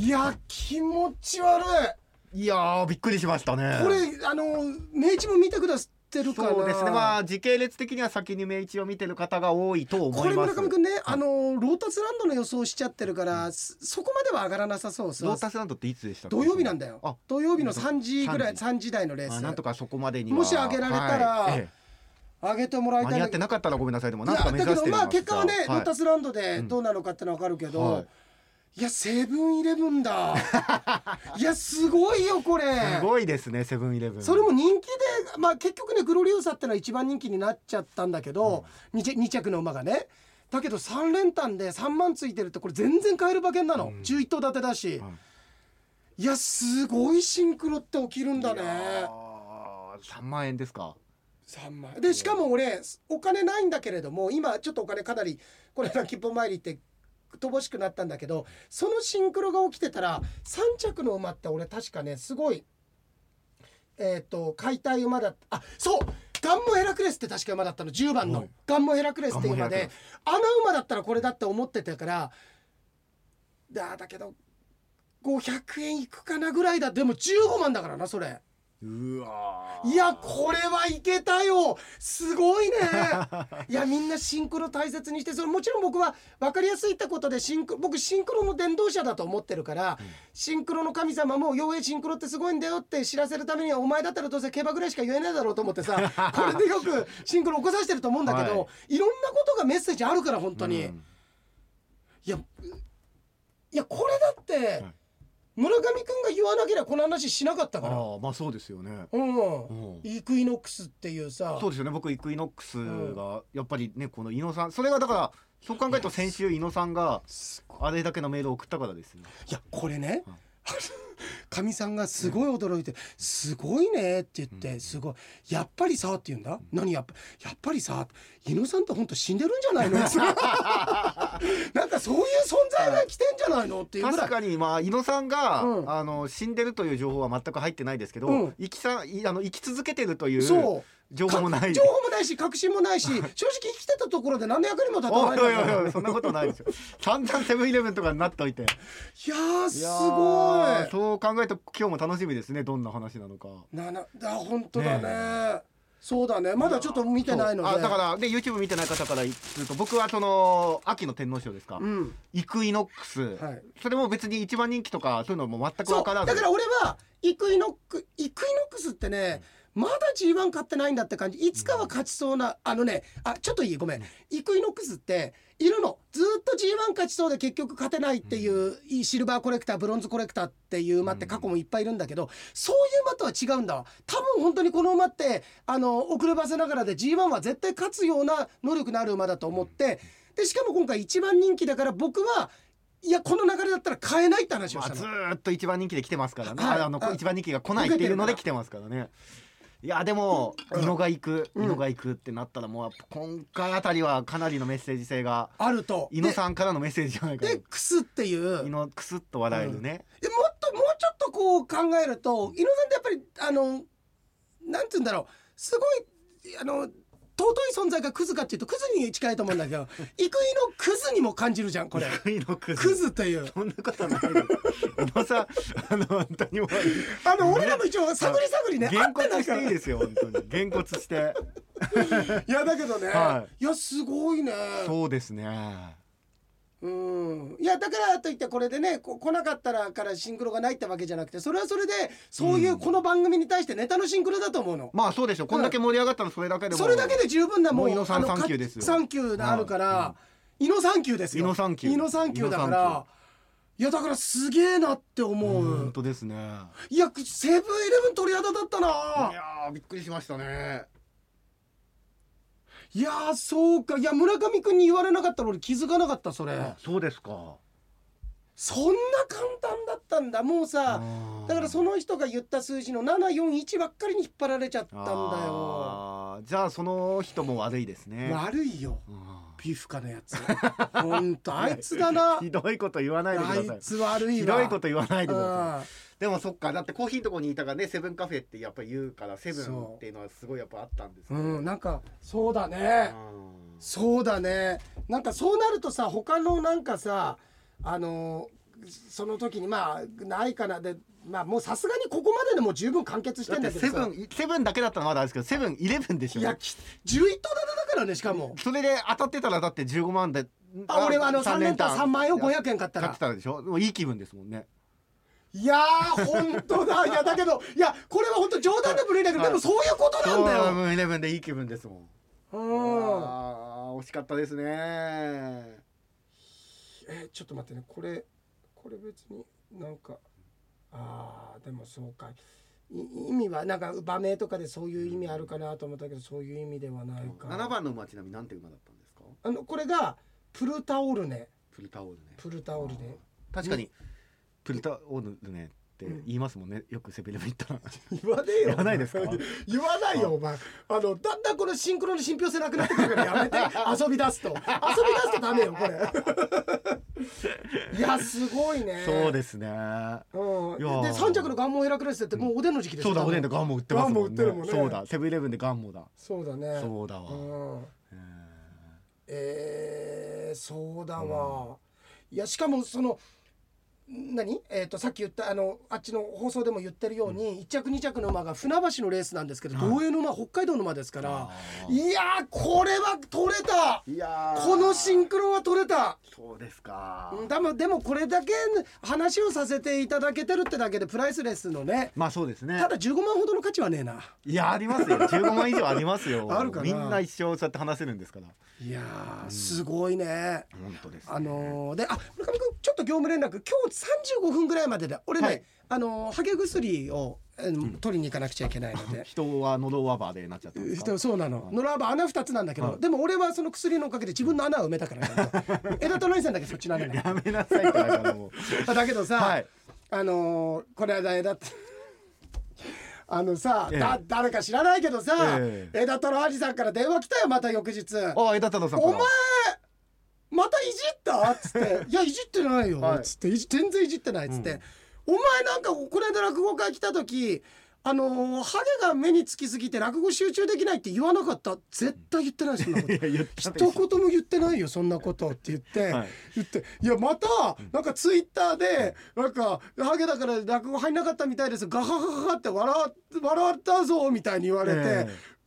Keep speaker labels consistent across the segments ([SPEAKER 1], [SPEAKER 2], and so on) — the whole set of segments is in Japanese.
[SPEAKER 1] いや気持ち悪い
[SPEAKER 2] いやーびっくりしましたね
[SPEAKER 1] これあの明治も見てくださってるかな
[SPEAKER 2] そうですねまあ時系列的には先に明治を見てる方が多いと
[SPEAKER 1] こ
[SPEAKER 2] 思
[SPEAKER 1] れ
[SPEAKER 2] いま
[SPEAKER 1] 村
[SPEAKER 2] す
[SPEAKER 1] 上君ね、あのロータスランドの予想しちゃってるから、そそこまでは上がらなさそうです
[SPEAKER 2] ロータスランドっていつでしたっけ
[SPEAKER 1] 土曜日なんだよ
[SPEAKER 2] あ
[SPEAKER 1] 土曜日の3時ぐらい
[SPEAKER 2] 3
[SPEAKER 1] 3時台のレー
[SPEAKER 2] まあ
[SPEAKER 1] ス
[SPEAKER 2] なんとかそこまでには
[SPEAKER 1] もし上げられたら
[SPEAKER 2] はいえ
[SPEAKER 1] 上げてもら
[SPEAKER 2] え
[SPEAKER 1] いた
[SPEAKER 2] 間
[SPEAKER 1] い
[SPEAKER 2] に合
[SPEAKER 1] な
[SPEAKER 2] ってなかったらごめんなさいでも
[SPEAKER 1] い
[SPEAKER 2] なんとか
[SPEAKER 1] や
[SPEAKER 2] 目
[SPEAKER 1] だ
[SPEAKER 2] 指
[SPEAKER 1] け
[SPEAKER 2] して
[SPEAKER 1] ど
[SPEAKER 2] る
[SPEAKER 1] まあ結果はね、ロータ
[SPEAKER 2] ス
[SPEAKER 1] スランドでどうなのかってのは分かるけど、
[SPEAKER 2] はい
[SPEAKER 1] い、やセブンイレブン だいやすごいよこれ
[SPEAKER 2] すごいですねセブンイレブン
[SPEAKER 1] それも人気で、まあ、結局ねグロリオサってのは一番人気になっちゃったんだけど、二 2, 着の馬がねだけど3連単で3万ついてるってこれ全然買える馬券なの、
[SPEAKER 2] うん
[SPEAKER 1] 11頭立てだし、
[SPEAKER 2] はい
[SPEAKER 1] いやすごいシンクロって起きるんだ
[SPEAKER 2] いや
[SPEAKER 1] ね
[SPEAKER 2] ー3万円ですか
[SPEAKER 1] 3万でしかも俺お金ないんだけれども今ちょっとお金かなりこれ間吉本参りって乏しくなったんだけどそのシンクロが起きてたら3着の馬って俺確かねすごいえっ、と解体馬だったあそうガンモヘラクレスって確か馬だったの10番の、
[SPEAKER 2] はい
[SPEAKER 1] ガンモヘラクレスっていう馬
[SPEAKER 2] ガンモヘラ
[SPEAKER 1] で
[SPEAKER 2] ク
[SPEAKER 1] 穴馬だったらこれだって思ってたからだだけど500円いくかなぐらいだでも15万だからなそれ。
[SPEAKER 2] うわー
[SPEAKER 1] いやこれはいけたよすごいねいやみんなシンクロ大切にしてそれもちろん僕は分かりやすいってことでシンク僕シンクロの伝道者だと思ってるから、シンクロの神様も「妖艶シンクロってすごいんだよ」って知らせるためにはお前だったらどうせ競馬ぐらいしか言えないだろうと思って さこれでよくシンクロ起こさせてると思うんだけど、、
[SPEAKER 2] はい
[SPEAKER 1] ろんなことがメッセージあるから本当に。
[SPEAKER 2] うん
[SPEAKER 1] いやいやこれだって
[SPEAKER 2] はい
[SPEAKER 1] 村上君が言わなければこの話しなかった
[SPEAKER 2] あ
[SPEAKER 1] から。
[SPEAKER 2] ーまあそうですよね
[SPEAKER 1] うん
[SPEAKER 2] うん
[SPEAKER 1] イクイノックスっていうさ
[SPEAKER 2] そうですよね僕イクイノックスがやっぱりねこの伊野さんそれがだからそう考えると先週伊野さんが
[SPEAKER 1] すごい
[SPEAKER 2] あれだけのメールを送ったからですよ
[SPEAKER 1] いやこれね
[SPEAKER 2] うん
[SPEAKER 1] かみ、さんがすごい驚いて「すごいね」って言って「すごいやっぱりさ」って言うんだ「何やっぱやっぱりさ」伊野さんって本当死んでるんじゃ ないの なんかそういう存在が来てんじゃないのっていうぐら
[SPEAKER 2] 確
[SPEAKER 1] い
[SPEAKER 2] かにまあ伊野さんが、
[SPEAKER 1] うん
[SPEAKER 2] あの死んでるという情報は全く入ってないですけど、
[SPEAKER 1] うん
[SPEAKER 2] 生きさいあの生き続けてるという
[SPEAKER 1] そう
[SPEAKER 2] 情報もな
[SPEAKER 1] か
[SPEAKER 2] い
[SPEAKER 1] 情報もないし確信もないし正直生きてたところで何の役にも立たないんだ
[SPEAKER 2] おいおい
[SPEAKER 1] から
[SPEAKER 2] おいおいそんなことないでしょ散々セブンイレブンとかになっといて
[SPEAKER 1] いやーす
[SPEAKER 2] いやー
[SPEAKER 1] ごい
[SPEAKER 2] そう考えると今日も楽しみですねどんな話なのか
[SPEAKER 1] ななだ本当だね
[SPEAKER 2] ね
[SPEAKER 1] そうだねまだちょっと見てないので
[SPEAKER 2] そうあだからで YouTube 見てない方からすると僕はその秋の天皇賞ですか、
[SPEAKER 1] うん
[SPEAKER 2] イクイノックス、
[SPEAKER 1] はい
[SPEAKER 2] それも別に一番人気とかそういうのも全く
[SPEAKER 1] そ
[SPEAKER 2] 分
[SPEAKER 1] う
[SPEAKER 2] から
[SPEAKER 1] だ
[SPEAKER 2] ず
[SPEAKER 1] から俺はイクイノックイクイノックスってね、まだ G1 勝ってないんだって感じいつかは勝ちそうな、あのねあちょっといいごめん、イクイノックスっているのずっと G1 勝ちそうで結局勝てないっていう、シルバーコレクターブロンズコレクターっていう馬って過去もいっぱいいるんだけど、そういう馬とは違うんだわ多分本当にこの馬ってあの遅ればせながらで G1 は絶対勝つような能力のある馬だと思ってでしかも今回一番人気だから僕はいやこの流れだったら買えないって話を
[SPEAKER 2] ま
[SPEAKER 1] し
[SPEAKER 2] あ、
[SPEAKER 1] たの
[SPEAKER 2] ず。ーっと一番人気で来てますからね、
[SPEAKER 1] はい
[SPEAKER 2] あの
[SPEAKER 1] あ
[SPEAKER 2] 一番人気が来ないっていうので来てますからねいやでも
[SPEAKER 1] うん
[SPEAKER 2] 伊野が行く伊
[SPEAKER 1] うん
[SPEAKER 2] 野が行くってなったらもう今回あたりはかなりのメッセージ性が
[SPEAKER 1] あると。
[SPEAKER 2] 伊野さんからのメッセージじゃないか
[SPEAKER 1] で、
[SPEAKER 2] な
[SPEAKER 1] でクスっていう。で
[SPEAKER 2] 伊
[SPEAKER 1] もっ
[SPEAKER 2] 野くすっと笑えるね、
[SPEAKER 1] ともうちょっとこう考えると、伊野さんってやっぱりあのなんて言うんだろう、すごいあの尊い存在がクズかっていうとクズに近いと思うん だけど、イクイのクズにも感じるじゃんこれ。
[SPEAKER 2] イクイノク
[SPEAKER 1] ク
[SPEAKER 2] ス
[SPEAKER 1] ズという。
[SPEAKER 2] そんなことないです伊野さんあの本当にもう
[SPEAKER 1] あの俺らも一応探り探りね、合
[SPEAKER 2] 原
[SPEAKER 1] ってな
[SPEAKER 2] 骨
[SPEAKER 1] い
[SPEAKER 2] し
[SPEAKER 1] から
[SPEAKER 2] ていい。ですよ本当に原骨して
[SPEAKER 1] いやだけどね、、
[SPEAKER 2] はい
[SPEAKER 1] やすごいね。
[SPEAKER 2] そうですね
[SPEAKER 1] うんいやだからといってこれでねこ来なかったらからシンクロがないってわけじゃなくてそれはそれでそういうこの番組に対してネタのシンクロだと思うの。
[SPEAKER 2] まあそうでしょうこんだけ盛り上がったらそれだけでも
[SPEAKER 1] それだけで十分なもう
[SPEAKER 2] もう井野さん
[SPEAKER 1] あの
[SPEAKER 2] サンキューですよ
[SPEAKER 1] サンキューあるから、井野サンキューですよ
[SPEAKER 2] 井野サンキュー
[SPEAKER 1] 井野サンキューだからいやだからすげえなって思う、
[SPEAKER 2] 本当ですね
[SPEAKER 1] いやセブンイレブン鳥肌だった
[SPEAKER 2] い
[SPEAKER 1] な
[SPEAKER 2] やーびっくりしましたね
[SPEAKER 1] いやーそうかいや村上君に言われなかったら俺気づかなかったそれ
[SPEAKER 2] そうですか
[SPEAKER 1] そんな簡単だったんだもうさだからそ
[SPEAKER 2] の
[SPEAKER 1] の人が言った数字の741ばっかりに引っ張られちゃったんだよ
[SPEAKER 2] じゃあその人も悪いですね
[SPEAKER 1] 悪いよ
[SPEAKER 2] うん
[SPEAKER 1] ビフカのやつほんとあいつだな
[SPEAKER 2] ひどいこと言わないでく
[SPEAKER 1] あ
[SPEAKER 2] ださ
[SPEAKER 1] い
[SPEAKER 2] い
[SPEAKER 1] つ悪いわ
[SPEAKER 2] ひどいこと言わないでください
[SPEAKER 1] うん
[SPEAKER 2] でもそっかだってコーヒーのとこにいたからねセブンカフェってやっぱ言うからセブン
[SPEAKER 1] そう
[SPEAKER 2] っていうのはすごいやっぱあったんですね
[SPEAKER 1] うん、なんかそうだねそうだねなんかそうなるとさ他のなんかさあのーその時にまあないかなでまあもうさすがにここまででもう十分完結して
[SPEAKER 2] だ
[SPEAKER 1] ん
[SPEAKER 2] っ
[SPEAKER 1] だ
[SPEAKER 2] て
[SPEAKER 1] けど
[SPEAKER 2] セブ
[SPEAKER 1] さ
[SPEAKER 2] ンセブンだけだったらまだあれですけどセブンイレブンでしょ
[SPEAKER 1] いやき11頭立てだからねしかも
[SPEAKER 2] それで当たってたらだって15万で
[SPEAKER 1] あ俺はあの3連単3万円を
[SPEAKER 2] 買っ
[SPEAKER 1] 500円買ったら
[SPEAKER 2] てたらでしょもういい気分ですもんね
[SPEAKER 1] いやー本当だいやだけどいやこれは本当冗談でぶりだけど
[SPEAKER 2] は
[SPEAKER 1] で
[SPEAKER 2] い
[SPEAKER 1] もそういうことなんだよ
[SPEAKER 2] イレブンでいい気分ですもん
[SPEAKER 1] うん
[SPEAKER 2] あー惜しかったですね
[SPEAKER 1] えーちょっと待ってねこれこれ別になんかあーでもそうかい意味はなんか場名とかでそういう意味あるかなと思ったけどそういう意味ではないか
[SPEAKER 2] 7番の馬ちなみになんて馬だったんですか
[SPEAKER 1] あのこれがプルタオルネ
[SPEAKER 2] プルタオールね
[SPEAKER 1] プルタオルネ
[SPEAKER 2] 確かにプルタオールねって言いますもんねよくセブンイレブン行ったら
[SPEAKER 1] 言わねえよ
[SPEAKER 2] 言わないですか
[SPEAKER 1] 言わないよお前あのだんだんこのシンクロの信憑性なくなってくるから やめて遊び出すと遊び出すとダメよこれいやすごいね
[SPEAKER 2] そうですすね
[SPEAKER 1] うん、
[SPEAKER 2] いやー
[SPEAKER 1] で三着の願望ヘラクレスってもうおでんの時期でしょ
[SPEAKER 2] そうだおでんの
[SPEAKER 1] 多分
[SPEAKER 2] ガンモ売ってますもんね
[SPEAKER 1] ガンモ売ってるもんね
[SPEAKER 2] そうだセブンイレブンでガンモだ
[SPEAKER 1] そうだね
[SPEAKER 2] そうだわ
[SPEAKER 1] うん
[SPEAKER 2] うん
[SPEAKER 1] えー、そうだわ、いやしかもその何えー、とさっき言ったあのあっちの放送でも言ってるように、1着2着の馬が船橋のレースなんですけど、
[SPEAKER 2] はい
[SPEAKER 1] 同栄の馬北海道の馬ですから
[SPEAKER 2] あ
[SPEAKER 1] いやーこれは取れた
[SPEAKER 2] いやー
[SPEAKER 1] このシンクロは取れた
[SPEAKER 2] そうですか
[SPEAKER 1] うん多分でもこれだけ話をさせていただけてるってだけでプライスレスのね
[SPEAKER 2] まあそうですね
[SPEAKER 1] ただ15万ほどの価値はねえない
[SPEAKER 2] やあ りますよ15万以上ありますよ
[SPEAKER 1] あるかな
[SPEAKER 2] みんな一生そうやって話せるんですから
[SPEAKER 1] いやーすごいね、
[SPEAKER 2] 本当です、ね、
[SPEAKER 1] あのーであ村上君ちょっと業務連絡今日35分ぐらいまでで俺ね、
[SPEAKER 2] はい
[SPEAKER 1] あのーハゲ薬を、えー取りに行かなくちゃいけないの で。
[SPEAKER 2] 人は喉ワバーでなっちゃったんです
[SPEAKER 1] 人
[SPEAKER 2] か
[SPEAKER 1] そうなの野良は穴2つなんだけど、
[SPEAKER 2] はい
[SPEAKER 1] でも俺はその薬のおかげで自分の穴を埋めたからちゃんと枝と何さんだけそっちの穴だ
[SPEAKER 2] やめなさいってだからもう
[SPEAKER 1] あだけどさ、
[SPEAKER 2] はい
[SPEAKER 1] あのーこの間枝あのさ、
[SPEAKER 2] ええ
[SPEAKER 1] だ誰か知らないけどさ、
[SPEAKER 2] ええ
[SPEAKER 1] 枝太郎兄さんから電話来たよまた翌日
[SPEAKER 2] ああ枝太郎さんか
[SPEAKER 1] お
[SPEAKER 2] ら
[SPEAKER 1] 前またいじった?」っつ って「いやいじってないよ」
[SPEAKER 2] はい
[SPEAKER 1] っつって、いじ全然いじってない」っつって、お前なんかこの間落語会来た時あのーハゲが目につきすぎて落語集中できないって言わなかった絶対言ってないそんなこと
[SPEAKER 2] いや言った
[SPEAKER 1] 一
[SPEAKER 2] でしょ
[SPEAKER 1] 言も言ってないよそんなことって言って、
[SPEAKER 2] はい
[SPEAKER 1] 言っていやまたなんかツイッターでなんかハゲだから落語入んなかったみたいですガハハハハって笑わ笑ったぞみたいに言われて、
[SPEAKER 2] え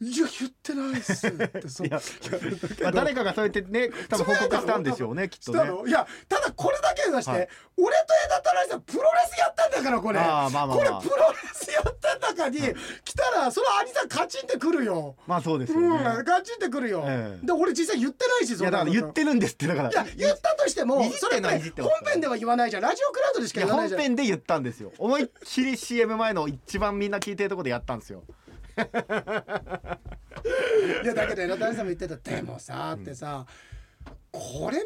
[SPEAKER 1] いや言ってないっすってそ
[SPEAKER 2] いや
[SPEAKER 1] いやだけど
[SPEAKER 2] まあ、誰かがそうやってね多分報告したんでしょうねきっ
[SPEAKER 1] し
[SPEAKER 2] と
[SPEAKER 1] た
[SPEAKER 2] ね
[SPEAKER 1] のいやただこれだけ言わして、
[SPEAKER 2] はい
[SPEAKER 1] 俺と枝太郎さんプロレスやったんだからこれ
[SPEAKER 2] あーまあまあまあ
[SPEAKER 1] これプロレスやったんだからに来たらその兄さんカチンってくるよ、
[SPEAKER 2] まあそうですよ
[SPEAKER 1] うん
[SPEAKER 2] ね、
[SPEAKER 1] カチンってくるよ、
[SPEAKER 2] ええ
[SPEAKER 1] で俺実際言ってないし
[SPEAKER 2] い
[SPEAKER 1] そん
[SPEAKER 2] や
[SPEAKER 1] な
[SPEAKER 2] だ
[SPEAKER 1] こ
[SPEAKER 2] か
[SPEAKER 1] と
[SPEAKER 2] ら言ってるんですってだから
[SPEAKER 1] いや言ったとしても
[SPEAKER 2] いじ
[SPEAKER 1] そ
[SPEAKER 2] っ
[SPEAKER 1] れ
[SPEAKER 2] て
[SPEAKER 1] って
[SPEAKER 2] な
[SPEAKER 1] 本
[SPEAKER 2] いいじってます
[SPEAKER 1] 編では言わないじゃんラジオクラウドでしか
[SPEAKER 2] いや
[SPEAKER 1] 言わない
[SPEAKER 2] 本
[SPEAKER 1] じゃん
[SPEAKER 2] 編で言ったんですよ思いっきり CM 前の一番みんな聞いてるとこでやったんですよ
[SPEAKER 1] いやだけど枝谷さんも言ってたでもさってさ、これも言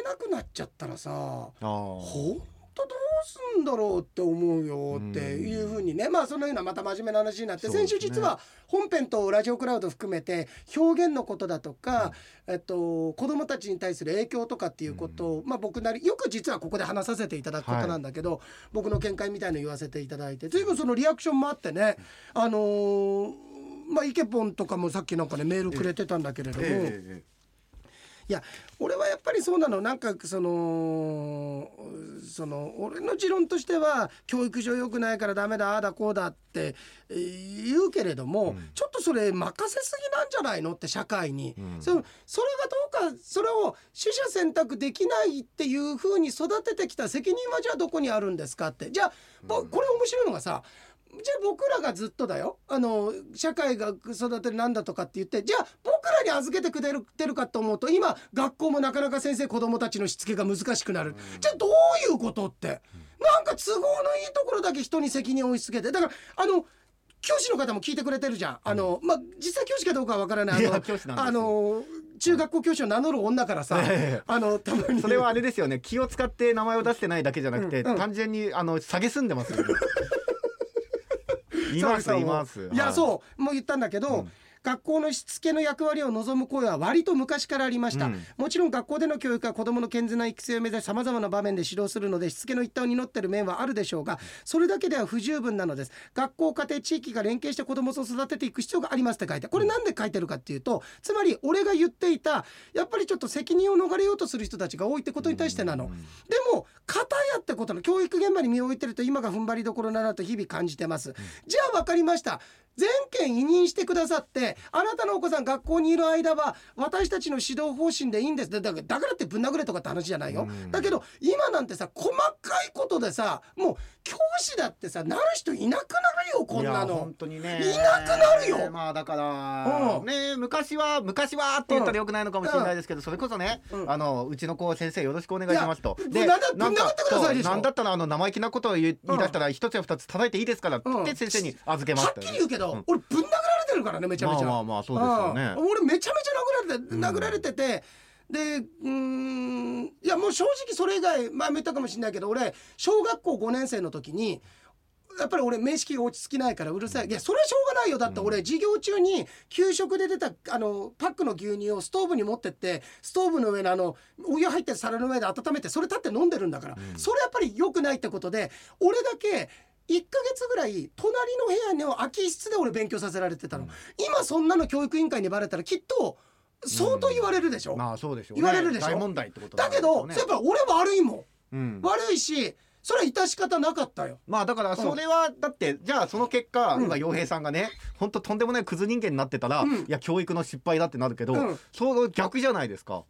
[SPEAKER 1] えなくなっちゃったらさ
[SPEAKER 2] あー
[SPEAKER 1] 本当どうすんだろうって思うよっていうふうにねまあそのようなまた真面目な話になって、
[SPEAKER 2] そうで
[SPEAKER 1] 先
[SPEAKER 2] す
[SPEAKER 1] 週
[SPEAKER 2] ね
[SPEAKER 1] 実は本編とラジオクラウド含めて表現のことだとか、えっと、子どもたちに対する影響とかっていうことを、まあ、僕なりよく実はここで話させていただくことなんだけど、僕の見解みたいの言わせていただいて随分そのリアクションもあってね、あのーまあ、イケポンとかもさっきなんかねメールくれてたんだけれども。
[SPEAKER 2] ええ
[SPEAKER 1] いや俺はやっぱりそうなのなんかそのその俺の持論としては教育上良くないからダメだああだこうだってえー言うけれども、ちょっとそれ任せすぎなんじゃないのって社会に、そのそれがどうかそれを取捨選択できないっていうふうに育ててきた責任はじゃあどこにあるんですかってじゃあ、ぼこれ面白いのがさじゃあ僕らがずっとだよあの社会が育てるなんだとかって言ってじゃあ僕らに預けてくれるてるかと思うと今学校もなかなか先生子供たちのしつけが難しくなる、じゃあどういうことって、なんか都合のいいところだけ人に責任を押し付けてだからあの教師の方も聞いてくれてるじゃん、あのまあ、実際教師かどうかは分からない
[SPEAKER 2] い
[SPEAKER 1] あの
[SPEAKER 2] や教師なんですよ
[SPEAKER 1] あの中学校教師を名乗る女からさ、
[SPEAKER 2] ええ
[SPEAKER 1] あのた まに
[SPEAKER 2] それはあれですよね気を使って名前を出してないだけじゃなくて、
[SPEAKER 1] うんうん
[SPEAKER 2] 単純にあの下げすんでます よねいますいます
[SPEAKER 1] いや
[SPEAKER 2] は
[SPEAKER 1] そうもう言ったんだけど、学校のしつけの役割を望む声は割と昔からありました、
[SPEAKER 2] うん
[SPEAKER 1] もちろん学校での教育は子どもの健全な育成を目指しさまざまな場面で指導するのでしつけの一端を担っている面はあるでしょうがそれだけでは不十分なのです学校家庭地域が連携して子どもを育てていく必要がありますって書いてこれなんで書いてるかっていうとつまり俺が言っていたやっぱりちょっと責任を逃れようとする人たちが多いってことに対してなの。でも片やってことの教育現場に身を置いてると今が踏ん張りどころだなと日々感じてます、じゃあ分かりました全県委任してくださってあなたのお子さん学校にいる間は私たちの指導方針でいいんですだだからだからってぶん殴れとかって話じゃないよ、
[SPEAKER 2] うん
[SPEAKER 1] だけど今なんてさ細かいことでさもう教師だってさなる人いなくなるよこん
[SPEAKER 2] い
[SPEAKER 1] な
[SPEAKER 2] や
[SPEAKER 1] の
[SPEAKER 2] 本。当にね
[SPEAKER 1] いなくなるよ
[SPEAKER 2] まあだから、
[SPEAKER 1] うん
[SPEAKER 2] ね昔は昔はって言ったらよくないのかもしれないですけど、それこそね、
[SPEAKER 1] うん
[SPEAKER 2] あのうちの子先生よろしくお願いしますと
[SPEAKER 1] いやなんだ
[SPEAKER 2] なん
[SPEAKER 1] な
[SPEAKER 2] か
[SPEAKER 1] んだってくださいでしょ
[SPEAKER 2] そうなんだったらあの生意気なことを言い言い出したら一つや二つ叩いていいですからって言って
[SPEAKER 1] うん
[SPEAKER 2] 先生に預けま
[SPEAKER 1] は
[SPEAKER 2] し
[SPEAKER 1] った
[SPEAKER 2] よ
[SPEAKER 1] き
[SPEAKER 2] ね、
[SPEAKER 1] り言うけど、
[SPEAKER 2] うん
[SPEAKER 1] 俺ぶん殴られてるからねめちゃめちゃ。
[SPEAKER 2] まあまあまあそうですよね、
[SPEAKER 1] うん俺めちゃめちゃ
[SPEAKER 2] うん
[SPEAKER 1] 殴られて殴られてて、でうーんいやもう正直それ以外前も言ったかもしれないけど俺小学校5年生の時にやっぱり俺面識が落ち着きないからうるさいいやそれはしょうがないよだって俺授業中に給食で出たあのパックの牛乳をストーブに持ってってストーブの上のあのお湯入ってる皿の上で温めてそれ立って飲んでるんだから、
[SPEAKER 2] うん
[SPEAKER 1] それやっぱり良くないってことで俺だけ1ヶ月ぐらい隣の部屋の空き室で俺勉強させられてたの、
[SPEAKER 2] うん
[SPEAKER 1] 今そんなの教育委員会にバレたらきっと相当言われるでしょ、
[SPEAKER 2] まあそうでしょう、ね、
[SPEAKER 1] 言われるでしょ
[SPEAKER 2] 大問題ってこと
[SPEAKER 1] だけど、やっ
[SPEAKER 2] ぱ、
[SPEAKER 1] ぱ俺悪いもん、
[SPEAKER 2] うん、
[SPEAKER 1] 悪いしそれは致し方なかったよ
[SPEAKER 2] まあだからそれはだってじゃあその結果
[SPEAKER 1] うん
[SPEAKER 2] 今洋平さんがね本当とんでもないクズ人間になってたら
[SPEAKER 1] うん
[SPEAKER 2] いや教育の失敗だってなるけ
[SPEAKER 1] う
[SPEAKER 2] ど
[SPEAKER 1] ん
[SPEAKER 2] そう逆じゃないですか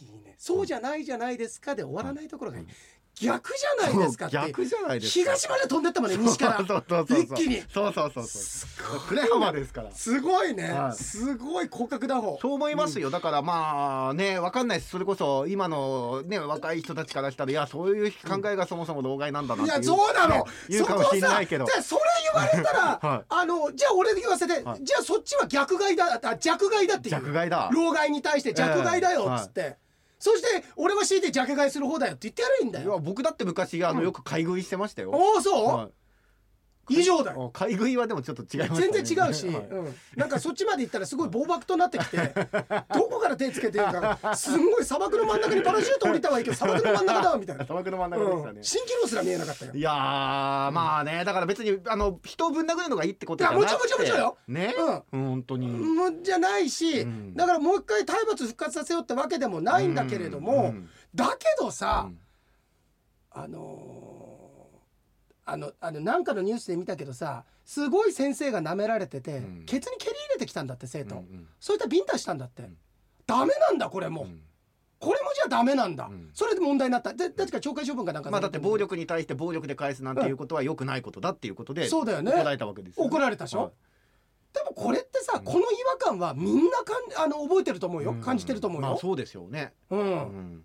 [SPEAKER 1] いいねそうじゃないじゃないですかで終わらないところがいい逆じゃないですかって
[SPEAKER 2] 逆じゃないですか
[SPEAKER 1] 東まで飛んでったもんね西から
[SPEAKER 2] そうそうそうそう
[SPEAKER 1] 一気に
[SPEAKER 2] そうそうそうそう
[SPEAKER 1] す
[SPEAKER 2] 呉浜ですから
[SPEAKER 1] すごいね、
[SPEAKER 2] はい
[SPEAKER 1] すごい広角打法
[SPEAKER 2] そう思いますよだからまあねわかんないですそれこそ今のね若い人たちからしたらいやそういう考えがそもそも老害なんだなっ
[SPEAKER 1] い
[SPEAKER 2] ていう
[SPEAKER 1] やそうなの、
[SPEAKER 2] 言う
[SPEAKER 1] そ
[SPEAKER 2] か
[SPEAKER 1] こ
[SPEAKER 2] も
[SPEAKER 1] を
[SPEAKER 2] しれ
[SPEAKER 1] さ
[SPEAKER 2] ないけど
[SPEAKER 1] じゃあそれ言われたら、
[SPEAKER 2] はい
[SPEAKER 1] あのじゃあ俺で言わせて、
[SPEAKER 2] はい
[SPEAKER 1] じゃあそっちは逆害だあ弱害だっていう
[SPEAKER 2] 弱害だ
[SPEAKER 1] 老害に対して弱害だよっつって、そして俺は強いて弱害する方だよって言ってやればいいんだ
[SPEAKER 2] いや
[SPEAKER 1] よ
[SPEAKER 2] 僕だって昔あのよく買い食いしてましたよ
[SPEAKER 1] おおそう、
[SPEAKER 2] はい
[SPEAKER 1] 以上だよ
[SPEAKER 2] あ買い食いはでもちょっと違います
[SPEAKER 1] 全然違うし、
[SPEAKER 2] はい
[SPEAKER 1] うん、なんかそっちまで行ったらすごい暴漠となってき てどこから手つけていいかすんごい砂漠の真ん中にパラシュート降りたはいいけど砂漠の真ん中だわみたいな、
[SPEAKER 2] 砂漠の真ん中でした
[SPEAKER 1] う
[SPEAKER 2] ね
[SPEAKER 1] ん、、蜃気楼すら見えなかったよ
[SPEAKER 2] いやーまあねだから別にあの人をぶん殴るのがいいってことじゃなくて
[SPEAKER 1] いやもちろんもちろんよ
[SPEAKER 2] ね、うん、本当に、
[SPEAKER 1] もうじゃないし、
[SPEAKER 2] うん
[SPEAKER 1] だからもう一回体罰復活させようってわけでもないんだけれども、
[SPEAKER 2] うん
[SPEAKER 1] だけどさ、
[SPEAKER 2] うん
[SPEAKER 1] あのーあのあのなんかのニュースで見たけどさすごい先生が舐められてて、
[SPEAKER 2] うん
[SPEAKER 1] ケツに蹴り入れてきたんだって生徒、
[SPEAKER 2] うん
[SPEAKER 1] そういったビンタしたんだって、
[SPEAKER 2] ん
[SPEAKER 1] ダメなんだこれも、
[SPEAKER 2] うん
[SPEAKER 1] これもじゃあダメなんだ、
[SPEAKER 2] うん
[SPEAKER 1] それで問題になったで確か懲戒処分かなんか
[SPEAKER 2] まあだって暴
[SPEAKER 1] 力
[SPEAKER 2] 力に対して暴力で返すなんていうことは良くないことだっていうことで
[SPEAKER 1] そうだよね
[SPEAKER 2] 怒られたわけですよ、
[SPEAKER 1] 怒られたでしょ、
[SPEAKER 2] はい
[SPEAKER 1] でもこれってさ、
[SPEAKER 2] ん
[SPEAKER 1] この違和感はみんなかんあの覚えてると思うよ、
[SPEAKER 2] ん
[SPEAKER 1] 感じてると思うよ、
[SPEAKER 2] まあそうですよね、
[SPEAKER 1] うん
[SPEAKER 2] う、ん、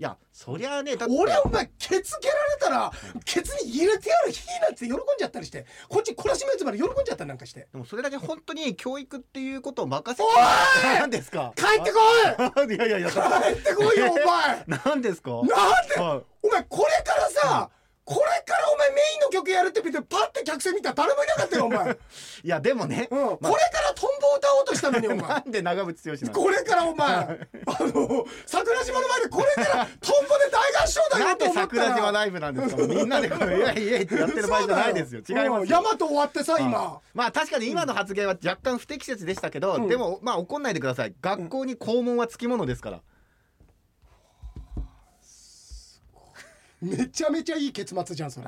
[SPEAKER 2] いやそりゃあねだって
[SPEAKER 1] 俺お前ケツ蹴られたらケツに入れてやる日なんて喜んじゃったりしてこっち懲らしめやつまで喜んじゃったりなんかして
[SPEAKER 2] でもそれだけ本当に教育っていうことを任せ
[SPEAKER 1] お
[SPEAKER 2] てなんですか
[SPEAKER 1] 帰ってこい
[SPEAKER 2] いやいやいや
[SPEAKER 1] 帰ってこい よお前
[SPEAKER 2] なんですか
[SPEAKER 1] なんで
[SPEAKER 2] はい
[SPEAKER 1] お前これからさこれからお前メインの曲やるって見てパッて客席見たら誰もいなかったよお前、うん、こ
[SPEAKER 2] いやでもね、
[SPEAKER 1] れからトンボを歌おうとしたのにお前
[SPEAKER 2] なんで長渕剛なん
[SPEAKER 1] これからお前あの桜島の前でこれからトンボで大合唱だ
[SPEAKER 2] な
[SPEAKER 1] よ
[SPEAKER 2] ん
[SPEAKER 1] と
[SPEAKER 2] で
[SPEAKER 1] 思ったら
[SPEAKER 2] 桜島ライブなんですかみんなでこれ「イエイイエイ」ってやってる場合じゃないですよ違います
[SPEAKER 1] ヤ
[SPEAKER 2] よ
[SPEAKER 1] マト終わってさ今
[SPEAKER 2] はいまあ確かに今の発言は若干不適切でしたけど、
[SPEAKER 1] ん
[SPEAKER 2] でもまあ怒んないでください学校に校門はつきものですから、
[SPEAKER 1] めちゃめちゃいい結末じゃ んそれ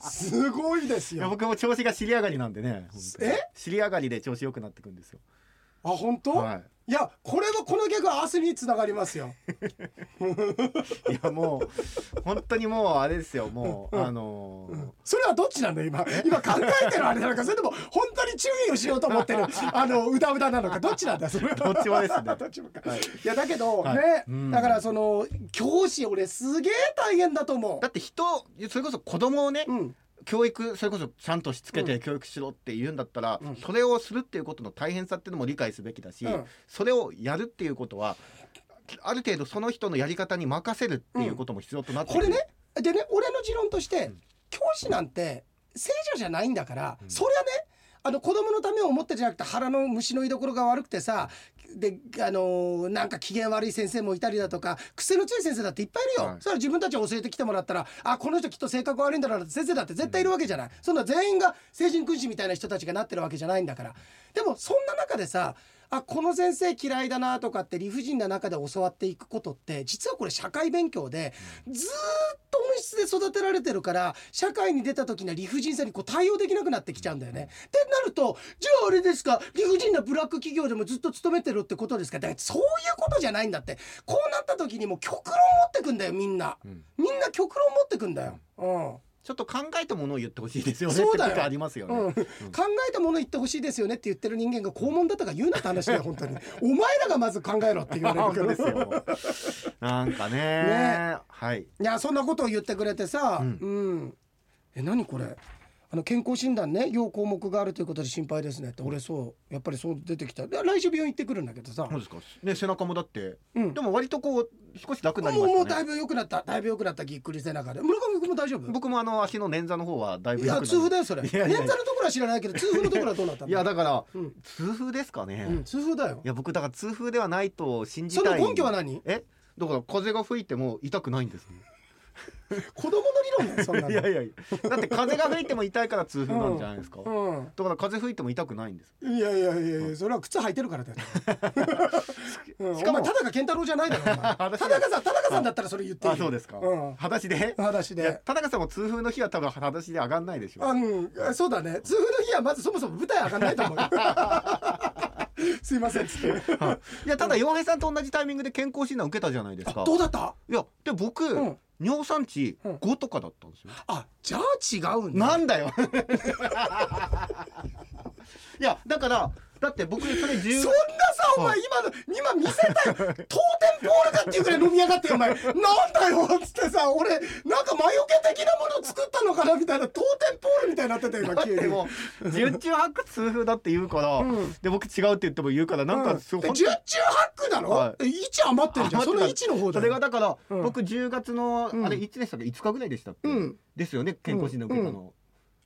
[SPEAKER 1] すごいです
[SPEAKER 2] いや
[SPEAKER 1] よ
[SPEAKER 2] 僕も調子が尻上がりなんでね本当に
[SPEAKER 1] え
[SPEAKER 2] 尻上がりで調子良くなってくんですよ
[SPEAKER 1] あ本当、、
[SPEAKER 2] はい
[SPEAKER 1] やこれはこのギャグは明日につながりますよ
[SPEAKER 2] いやもう本当にもうあれですよもう、あのー
[SPEAKER 1] それはどっちなの今今考えてるあれなのかそれとも本当に注意をしようと思って るあのうだうだなのかどっちなんだそれ
[SPEAKER 2] どっちもですね
[SPEAKER 1] どっちもか、い、やだけど、
[SPEAKER 2] はい
[SPEAKER 1] ね、
[SPEAKER 2] うん
[SPEAKER 1] だからその教師俺すげえ大変だと思
[SPEAKER 2] だって人それこそ子供をね、
[SPEAKER 1] ううん
[SPEAKER 2] 教育それこそちゃんとしつけて教育しろって言うんだったら、
[SPEAKER 1] うん
[SPEAKER 2] それをするっていうことの大変さっていうのも理解すべきだし、
[SPEAKER 1] うん
[SPEAKER 2] それをやるっていうことはある程度その人のやり方に任せるっていうことも必要となってく
[SPEAKER 1] こ
[SPEAKER 2] る
[SPEAKER 1] れねでね俺の持論として、
[SPEAKER 2] ん
[SPEAKER 1] 教師なんて聖女じゃないんだから、そりゃねあの子供のためを思ってじゃなくて腹の虫の居所が悪くてさであのーなんか機嫌悪い先生もいたりだとか癖の強い先生だっていっぱいいるよ、
[SPEAKER 2] はい
[SPEAKER 1] そしたら自分たちを教えてきてもらったらあこの人きっと性格悪いんだろうなって先生だって絶対いるわけじゃない、そんな全員が成人君子みたいな人たちがなってるわけじゃないんだからでもそんな中でさあこの先生嫌いだなとかって理不尽な中で教わっていくことって実はこれ社会勉強でずーっと本質で育てられてるから社会に出た時には理不尽さにこう対応できなくなってきちゃうんだよね。ってなるとじゃああれですか理不尽なブラック企業でもずっと勤めてるってことですかだからそういうことじゃないんだってこうなった時にもう極論持ってくんだよみんな
[SPEAKER 2] うん
[SPEAKER 1] みんな極論持ってくんだよ。うん
[SPEAKER 2] ちょっと考えたものを言ってほしいですよね
[SPEAKER 1] そうだよ
[SPEAKER 2] ってことありますよね、
[SPEAKER 1] うん、考えたもの言ってほしいですよねって言ってる人間が肛門だとか言うなって話だ よ本当にお前らがまず考えろって言われる
[SPEAKER 2] 本
[SPEAKER 1] け
[SPEAKER 2] 当
[SPEAKER 1] ど
[SPEAKER 2] で すよなんかね
[SPEAKER 1] ね
[SPEAKER 2] はい
[SPEAKER 1] いやそんなことを言ってくれてさ、う
[SPEAKER 2] うんん
[SPEAKER 1] え何これあの健康診断ね要項目があるということで心配ですねって俺そうやっぱりそう出てきたで来週病院行ってくるんだけどさ
[SPEAKER 2] そうですかね背中もだって
[SPEAKER 1] うん
[SPEAKER 2] でも割とこう少し楽になり
[SPEAKER 1] も
[SPEAKER 2] ま
[SPEAKER 1] うも
[SPEAKER 2] し
[SPEAKER 1] うだ
[SPEAKER 2] た
[SPEAKER 1] い
[SPEAKER 2] ね
[SPEAKER 1] ぶ良くなっただいぶ良くなったぎっくり背中で村上君も大丈夫
[SPEAKER 2] 僕もあの足の捻挫の方はだいぶ
[SPEAKER 1] いや
[SPEAKER 2] 良くなり
[SPEAKER 1] 痛風だよそれ
[SPEAKER 2] い
[SPEAKER 1] 捻
[SPEAKER 2] やい
[SPEAKER 1] 挫
[SPEAKER 2] やい
[SPEAKER 1] の
[SPEAKER 2] や
[SPEAKER 1] ところは知らないけど痛風のところはどうなったの
[SPEAKER 2] いやだから
[SPEAKER 1] うん、
[SPEAKER 2] 痛風ですかね、
[SPEAKER 1] う
[SPEAKER 2] い
[SPEAKER 1] ん、痛風だよ
[SPEAKER 2] や僕だから痛風ではないと信じ
[SPEAKER 1] そ
[SPEAKER 2] た
[SPEAKER 1] の
[SPEAKER 2] い
[SPEAKER 1] 根拠は何
[SPEAKER 2] えだから風が吹いても痛くないんですね
[SPEAKER 1] 子供の理論だよそんなの
[SPEAKER 2] いやいやい やだって風が吹いても痛いから痛風なんじゃないですか、だ
[SPEAKER 1] う
[SPEAKER 2] から風吹いても痛くないんです
[SPEAKER 1] ん、いやいやいやいやそれは靴履いてるからだよ、うん、
[SPEAKER 2] しかも
[SPEAKER 1] お前田中健太郎じゃないだろお前田中
[SPEAKER 2] 私
[SPEAKER 1] さん田中さんだったらそれ言っていい
[SPEAKER 2] あそうですか、
[SPEAKER 1] うん
[SPEAKER 2] 裸足で
[SPEAKER 1] 裸足
[SPEAKER 2] いや
[SPEAKER 1] で。
[SPEAKER 2] 田中さんも痛風の日は多分裸足で上がんないでしょ
[SPEAKER 1] あうん、そうだね痛風の日はまずそもそも舞台上がんないと思う すいませんっつって
[SPEAKER 2] いやただ洋平さんと同じタイミングで健康診断受けたじゃないです
[SPEAKER 1] あ
[SPEAKER 2] か
[SPEAKER 1] どうだった
[SPEAKER 2] いやで僕、
[SPEAKER 1] うん
[SPEAKER 2] 尿酸値
[SPEAKER 1] うん
[SPEAKER 2] 5とかだったんですよ、
[SPEAKER 1] あじゃあ違うんだ
[SPEAKER 2] なんだよ いやだからだって僕それ
[SPEAKER 1] そんな
[SPEAKER 2] 10
[SPEAKER 1] さお前今の今見せたい当店ポールかっていうぐらい飲みやがってよお前なんだよっつってさ俺なんか魔除け的なものを作ったのかなみたいな当店ポールみたいになってたよ今
[SPEAKER 2] だっ
[SPEAKER 1] 急に
[SPEAKER 2] てもう10中8区痛風だって言うから、
[SPEAKER 1] うん
[SPEAKER 2] で僕違うって言っても言うからなん
[SPEAKER 1] う
[SPEAKER 2] か
[SPEAKER 1] ん
[SPEAKER 2] すごい、
[SPEAKER 1] で
[SPEAKER 2] 本
[SPEAKER 1] 十
[SPEAKER 2] 当
[SPEAKER 1] 中
[SPEAKER 2] に
[SPEAKER 1] 八九だろ、
[SPEAKER 2] は
[SPEAKER 1] え一余ってるじゃんそ
[SPEAKER 2] 余っ
[SPEAKER 1] の
[SPEAKER 2] てた
[SPEAKER 1] 一の方だ
[SPEAKER 2] それが
[SPEAKER 1] よ
[SPEAKER 2] だから、
[SPEAKER 1] うん
[SPEAKER 2] 僕10月の
[SPEAKER 1] うん
[SPEAKER 2] あれいつでしたっけ5日ぐらいでしたっけ、
[SPEAKER 1] うん
[SPEAKER 2] ですよね健康診断受けたの、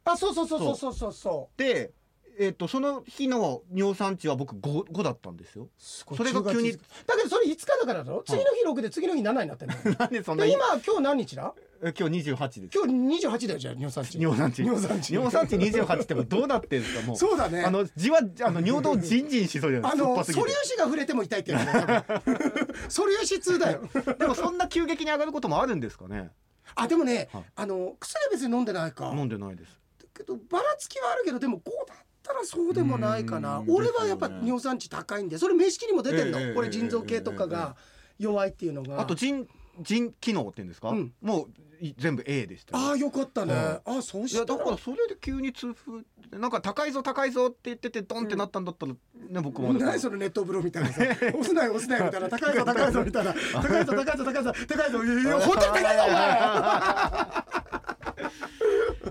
[SPEAKER 1] あそうそうそうそうそうそうそう
[SPEAKER 2] でえっ、とその日の尿酸値は僕 5, 5だったんですよ
[SPEAKER 1] すごい
[SPEAKER 2] それが急に
[SPEAKER 1] 10月だけどそれ5日だからだろ次の日6で次の日7になってんだよ
[SPEAKER 2] なんでそんな
[SPEAKER 1] で
[SPEAKER 2] に
[SPEAKER 1] 今今日何日だ
[SPEAKER 2] え今日28です
[SPEAKER 1] 今日28だよじゃあ尿酸値
[SPEAKER 2] 尿酸値
[SPEAKER 1] 尿酸値
[SPEAKER 2] 尿酸値28ってもうどうなってんですかもう
[SPEAKER 1] そうだね
[SPEAKER 2] あのじわあの尿道ジンジンしそうじゃない
[SPEAKER 1] あ
[SPEAKER 2] ですか
[SPEAKER 1] の
[SPEAKER 2] 酸っぱすぎ
[SPEAKER 1] 素
[SPEAKER 2] て
[SPEAKER 1] 粒子が触れても痛いって言うの多 分素粒子痛だよ
[SPEAKER 2] でもそんな急激に上がることもあるんですかね
[SPEAKER 1] あでもね、
[SPEAKER 2] はい
[SPEAKER 1] あの薬は別に飲んでないか
[SPEAKER 2] 飲んでないです
[SPEAKER 1] けどばらつきはあるけどでも5だったらそうでもないかな
[SPEAKER 2] うーん
[SPEAKER 1] 俺はやっぱ
[SPEAKER 2] ですよね
[SPEAKER 1] 尿酸値高いんでそれ名式にも出てんの、
[SPEAKER 2] ええええ
[SPEAKER 1] これ腎臓系とかが弱いっていうのが
[SPEAKER 2] あと腎腎機能っていうんですか、
[SPEAKER 1] うん
[SPEAKER 2] もうい全部 A でしたよ
[SPEAKER 1] ああよかったね、
[SPEAKER 2] は
[SPEAKER 1] あそう
[SPEAKER 2] い
[SPEAKER 1] し
[SPEAKER 2] や
[SPEAKER 1] た
[SPEAKER 2] だ
[SPEAKER 1] ら
[SPEAKER 2] からそれで急に痛風ってなんか高いぞ高いぞって言っててドンってなったんだったらね、僕も
[SPEAKER 1] 何その熱湯風呂みたい なさ押すなよ押すなよみたいな高いぞ高いぞみたいな高いぞ高いぞ高いぞ高いぞいやい や本当に高いぞお前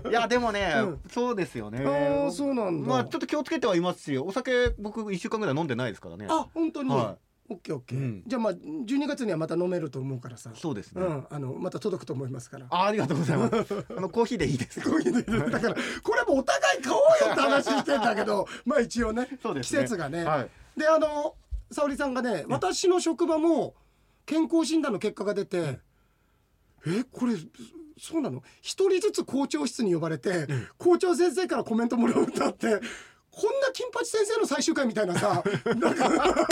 [SPEAKER 2] いやでもね、
[SPEAKER 1] うん
[SPEAKER 2] そうですよね
[SPEAKER 1] あーそうなんだ
[SPEAKER 2] まあちょっと気をつけてはいますしお酒僕一週間ぐらい飲んでないですからね
[SPEAKER 1] あ本当に、
[SPEAKER 2] は
[SPEAKER 1] オッケーオッケー、
[SPEAKER 2] うん
[SPEAKER 1] じゃあまあ12月にはまた飲めると思うからさ
[SPEAKER 2] そうですね、
[SPEAKER 1] うんあのまた届くと思いますから
[SPEAKER 2] あーありがとうござい ますあのコーヒーでいいですか
[SPEAKER 1] こういうのだからこれもお互い買おうよって話してんだけ どまあ一応ね
[SPEAKER 2] そうです
[SPEAKER 1] 季
[SPEAKER 2] ね
[SPEAKER 1] 節がね、
[SPEAKER 2] はい
[SPEAKER 1] であの沙織さんがね私の職場も健康診断の結果が出て、えこれそそうなの一人ずつ校長室に呼ばれて、校長先生からコメントもらうんだってこんな金八先生の最終回みたいな さなんか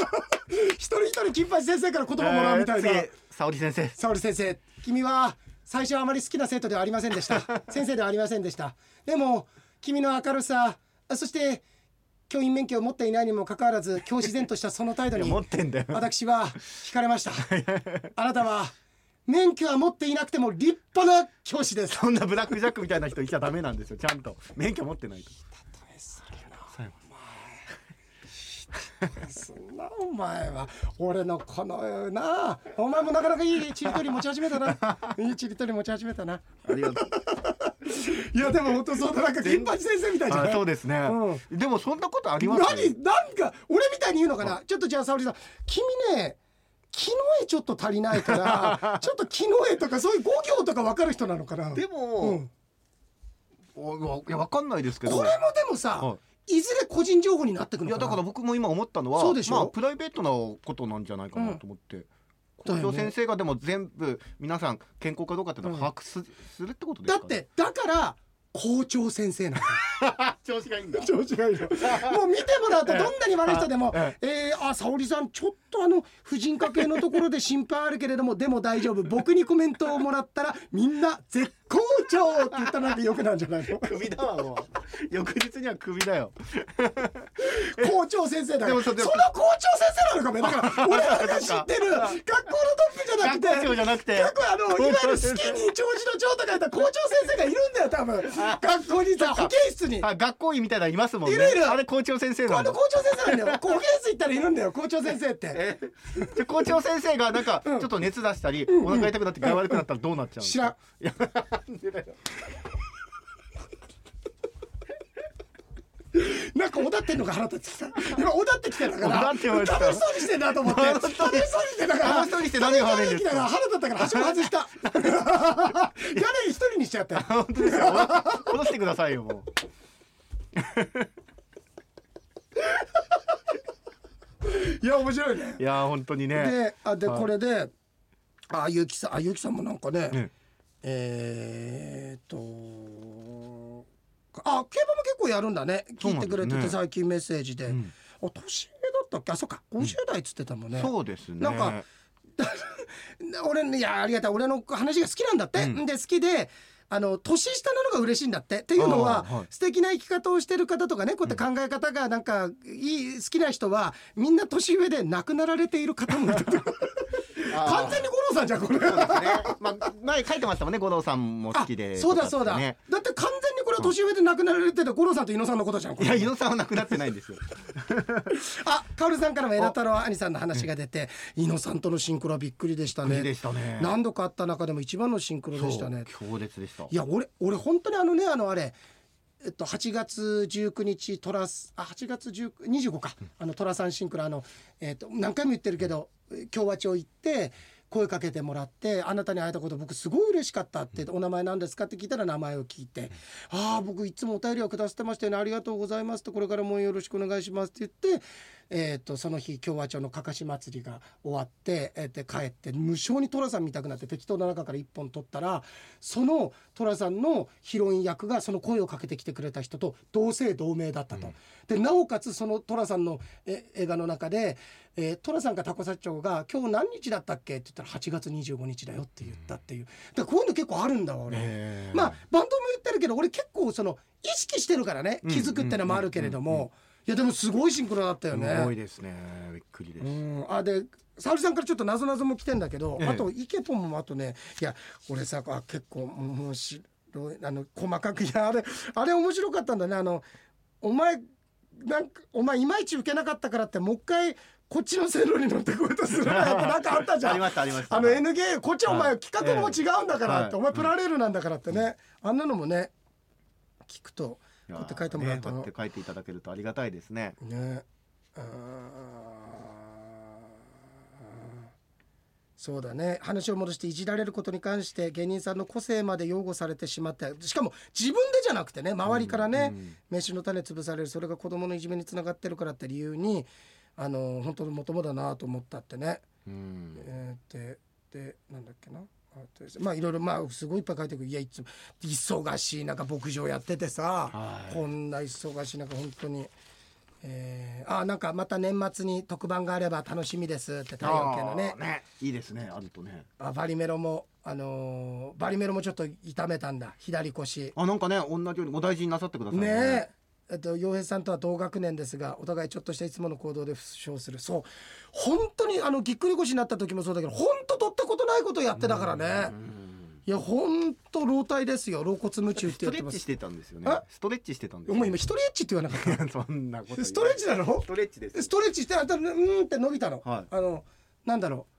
[SPEAKER 1] 一人一人金八先生から言葉もらうみたいな。
[SPEAKER 2] えー次沙織先生
[SPEAKER 1] 沙織先生君は最初はあまり好きな生徒ではありませんでした 先生ではありませんでしたでも君の明るさそして教員免許を持っていないにもかかわらず教師然としたその態度
[SPEAKER 2] いや
[SPEAKER 1] に
[SPEAKER 2] 持ってんだよ
[SPEAKER 1] 私は惹かれま したあなたは免許は持っていなくても立派な教師です
[SPEAKER 2] そんなブラックジャックみたいな人いちゃダメなんですよちゃんと免許持ってないと最後
[SPEAKER 1] そんなお前は俺のこのなお前もなかなかいいちりとり持ち始めた ないいちりとり持ち始めたな
[SPEAKER 2] ありがとう
[SPEAKER 1] いやでも本当そうだなんか金八先生みたいじゃ
[SPEAKER 2] あ
[SPEAKER 1] ない
[SPEAKER 2] そうですね、
[SPEAKER 1] う
[SPEAKER 2] でもそんなことあります
[SPEAKER 1] 何なんか俺みたいに言うのかなちょっとじゃあ沙織さん君ね木の絵ちょっと足りないから ちょっと木の絵とかそういう語行とか分かる人なのかな
[SPEAKER 2] で
[SPEAKER 1] う
[SPEAKER 2] も
[SPEAKER 1] ん、
[SPEAKER 2] おいやわかんないですけど
[SPEAKER 1] これもでもさ、
[SPEAKER 2] は
[SPEAKER 1] いずれ個人情報になってく
[SPEAKER 2] い
[SPEAKER 1] の
[SPEAKER 2] や
[SPEAKER 1] かな
[SPEAKER 2] だから僕も今思ったのは
[SPEAKER 1] そうでしょ
[SPEAKER 2] まあ、プライベートなことなんじゃないかなと思って。
[SPEAKER 1] だ
[SPEAKER 2] 校
[SPEAKER 1] よ
[SPEAKER 2] 長
[SPEAKER 1] ね
[SPEAKER 2] 先生がでも全部皆さん健康かどうかっていうのを把握す,、するってことです
[SPEAKER 1] だ
[SPEAKER 2] か、
[SPEAKER 1] っ
[SPEAKER 2] ね、
[SPEAKER 1] てだから校長先生なんだ
[SPEAKER 2] だって 調子が いいんだ
[SPEAKER 1] 調子がいいの もう見てもらうとどんなに悪い人でも
[SPEAKER 2] え
[SPEAKER 1] 「えー、あ沙織さんちょっとあの婦人科系のところで心配あるけれどもで も大丈夫僕にコメントをもらったらみんな絶好調」って言ったなんてよくなんじゃないの
[SPEAKER 2] クビだわもう翌日にはクビだよ
[SPEAKER 1] 校長先生だ
[SPEAKER 2] で
[SPEAKER 1] から
[SPEAKER 2] も
[SPEAKER 1] そ
[SPEAKER 2] そ
[SPEAKER 1] の
[SPEAKER 2] で
[SPEAKER 1] 校
[SPEAKER 2] も
[SPEAKER 1] 長先生なのかもだから俺らが 知ってる学校のトップじゃなくて
[SPEAKER 2] 学校長じゃなくて
[SPEAKER 1] 過去あのいわゆるスキニー長寿の長とかやったら校長先生がいるんだよ多分学校にさ保健室に
[SPEAKER 2] あ学校医みたいなのいますもんね
[SPEAKER 1] いるいる
[SPEAKER 2] あれ校長先生な
[SPEAKER 1] あ
[SPEAKER 2] ん
[SPEAKER 1] の
[SPEAKER 2] だ
[SPEAKER 1] 校長先生なんだよ。こう保健室行ったらいるんだよ、校長先生って。
[SPEAKER 2] えじゃあ校長先生がなんかちょっと熱出したり、お腹痛くなって具合悪くなったらどうなっちゃうんです
[SPEAKER 1] 知らん
[SPEAKER 2] か。いやなんでだよ
[SPEAKER 1] なんかおだってんのが腹立ってきた。今おだってきてたから。
[SPEAKER 2] おだってました
[SPEAKER 1] 楽しそうにしてんなと思って。楽しそうにしてたから。
[SPEAKER 2] 楽しそうにして何を
[SPEAKER 1] 楽
[SPEAKER 2] 話
[SPEAKER 1] しそう
[SPEAKER 2] るん
[SPEAKER 1] に
[SPEAKER 2] で
[SPEAKER 1] してた
[SPEAKER 2] す
[SPEAKER 1] から
[SPEAKER 2] か
[SPEAKER 1] 腹立ったから、端も外した。 屋根一人にしちゃったよ。
[SPEAKER 2] 本当ですよお戻してくださいよもう
[SPEAKER 1] いや、面白いね。
[SPEAKER 2] いやー本当にね
[SPEAKER 1] で、あ、で、
[SPEAKER 2] はい
[SPEAKER 1] これで。あ、ゆうきさん、あ、ゆうきさんもなんかね
[SPEAKER 2] ね。
[SPEAKER 1] えーっと。あ、競馬も結構やるんだね。聞いてくれて
[SPEAKER 2] そうなんです
[SPEAKER 1] て、
[SPEAKER 2] ね
[SPEAKER 1] 最近メッセージで。
[SPEAKER 2] ん
[SPEAKER 1] お、年上だったっけ、あ、そうか、50代っつってたもんね。
[SPEAKER 2] そうですね
[SPEAKER 1] なんか俺ねいやありがたい俺の話が好きなんだって、
[SPEAKER 2] うん
[SPEAKER 1] で好きであの年下なのが嬉しいんだってっていうのは、
[SPEAKER 2] あーはい
[SPEAKER 1] 素敵な生き方をしてる方とかねこうやって考え方がなんかいい好きな人はみんな年上で亡くなられている方もい ると
[SPEAKER 2] あー
[SPEAKER 1] 完全に五郎さんじゃん これ。
[SPEAKER 2] そうですねまあ前書いてましたもんね五郎さんも好きで
[SPEAKER 1] あそうだ
[SPEAKER 2] と
[SPEAKER 1] そう
[SPEAKER 2] か
[SPEAKER 1] だ、
[SPEAKER 2] ってね
[SPEAKER 1] だって完全にこれは年上で亡くなられてる五郎さんと伊野さんのことじゃんこ
[SPEAKER 2] い
[SPEAKER 1] れ
[SPEAKER 2] や伊野さんは亡くなってないんですよ
[SPEAKER 1] あカオルさんからも枝太郎兄さんの話が出て伊野さんとのシンクロはびっくりでしたね
[SPEAKER 2] いいでしたね
[SPEAKER 1] 何度かあった中でも一番のシンクロ
[SPEAKER 2] そう
[SPEAKER 1] でしたね
[SPEAKER 2] 強烈でした
[SPEAKER 1] いや俺俺本当にあのねあのあれえっと8月19日トラスあ8月19 25かあのトラさんシンクロあのえっと何回も言ってるけど京和町行って声かけてもらって「あなたに会えたこと僕すごい嬉しかった」って「お名前なんですか?」って聞いたら名前を聞いて「ああ僕いつもお便りをくださってましたよねありがとうございます」と「これからもよろしくお願いします」って言って、えっとその日京和町のかかし祭りが終わって、えーで帰って無性に寅さん見たくなって適当な中から1本取ったらその寅さんのヒロイン役がその声をかけてきてくれた人と同姓同名だったと。でなおかつその寅さんのえ映画の中で、えー、寅さんかタコ社長が「今日何日だったっけ?」って言ったら「8月25日だよ」って言ったっていう。でこういうの結構あるんだわ俺。
[SPEAKER 2] えー
[SPEAKER 1] まあバンドも言ってるけど俺結構その意識してるからね
[SPEAKER 2] うん
[SPEAKER 1] 気づくってのもあるけれどもいやでもすごいシンクロだったよ
[SPEAKER 2] すごい
[SPEAKER 1] ね。
[SPEAKER 2] ですねびっくりで
[SPEAKER 1] う
[SPEAKER 2] す
[SPEAKER 1] ん、あで沙織さんからちょっとなぞなぞも来てんだけど、
[SPEAKER 2] ええ
[SPEAKER 1] あとイケポンもあとねいや俺さあ結構面白いあの細かくいやあれあれ面白かったんだねあのお前なんかお前いまいち受けなかったからってもう一回こっちの線路に乗ってこいとするなよ ってなんかあったじゃん
[SPEAKER 2] ありましたありました
[SPEAKER 1] あの N ゲーこっちはお
[SPEAKER 2] は
[SPEAKER 1] 前
[SPEAKER 2] い
[SPEAKER 1] 企画も違うんだからって、
[SPEAKER 2] ええ
[SPEAKER 1] お前プラレールなんだからってね、あんなのもね聞くとこうやって書いてもらった
[SPEAKER 2] いや
[SPEAKER 1] の
[SPEAKER 2] ーねこうやって書いていただけるとありがたいですね
[SPEAKER 1] ねあーそうだね話を戻していじられることに関して芸人さんの個性まで擁護されてしまってしかも自分でじゃなくてね周りからね、飯の種潰されるそれが子供のいじめにつながってるからって理由にあの本当にもともだなと思ったってね。
[SPEAKER 2] うん
[SPEAKER 1] えー、ででなんだっけなあとですまあいろいろまあすごいいっぱい書いてくるいやいつも忙しい中牧場やっててさ、
[SPEAKER 2] はい
[SPEAKER 1] こんな忙しい中本当に。えー、あなんかまた年末に特番があれば楽しみですって太陽系のね
[SPEAKER 2] あーねいいですねあるとね
[SPEAKER 1] あバリメロも、あのーバリメロもちょっと痛めたんだ左腰
[SPEAKER 2] あなんかね同じようにお大事になさってください
[SPEAKER 1] ねええっと洋平さんとは同学年ですがお互いちょっとしたいつもの行動で負傷するそう本当にあのぎっくり腰になった時もそうだけど本当とったことないことやってたからねいや本当老体ですよ老骨無中って
[SPEAKER 2] スト
[SPEAKER 1] 言っ
[SPEAKER 2] レ
[SPEAKER 1] て
[SPEAKER 2] ッ
[SPEAKER 1] ま
[SPEAKER 2] チ
[SPEAKER 1] す
[SPEAKER 2] してたんですよね
[SPEAKER 1] え
[SPEAKER 2] ストレッチしてたんです
[SPEAKER 1] お
[SPEAKER 2] よ
[SPEAKER 1] 前今一人エッチって言わ なかっ
[SPEAKER 2] そんなこと言
[SPEAKER 1] た
[SPEAKER 2] う
[SPEAKER 1] ストレッチだろ
[SPEAKER 2] ストレッチです
[SPEAKER 1] ストレッチしてあたうーんって伸びたの、
[SPEAKER 2] はい
[SPEAKER 1] あのなんだろう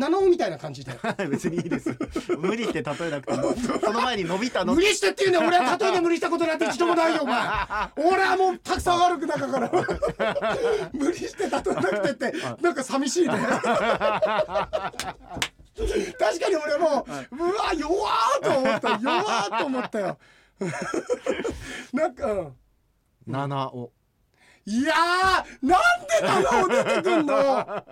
[SPEAKER 1] ナノみたいな感じで
[SPEAKER 2] 別にいいです無理して例えなくてもその前に伸びたの
[SPEAKER 1] 無理してっていうね俺 は例えで無理したことなんて一度もないよ お前俺はもうたくさん歩く中 から無理して例えなくてってなんか寂 しいね確かに俺もううわ弱ーと思った 弱ーと思ったよなんか、うん
[SPEAKER 2] 7を
[SPEAKER 1] いやーなんで棚を出てく んの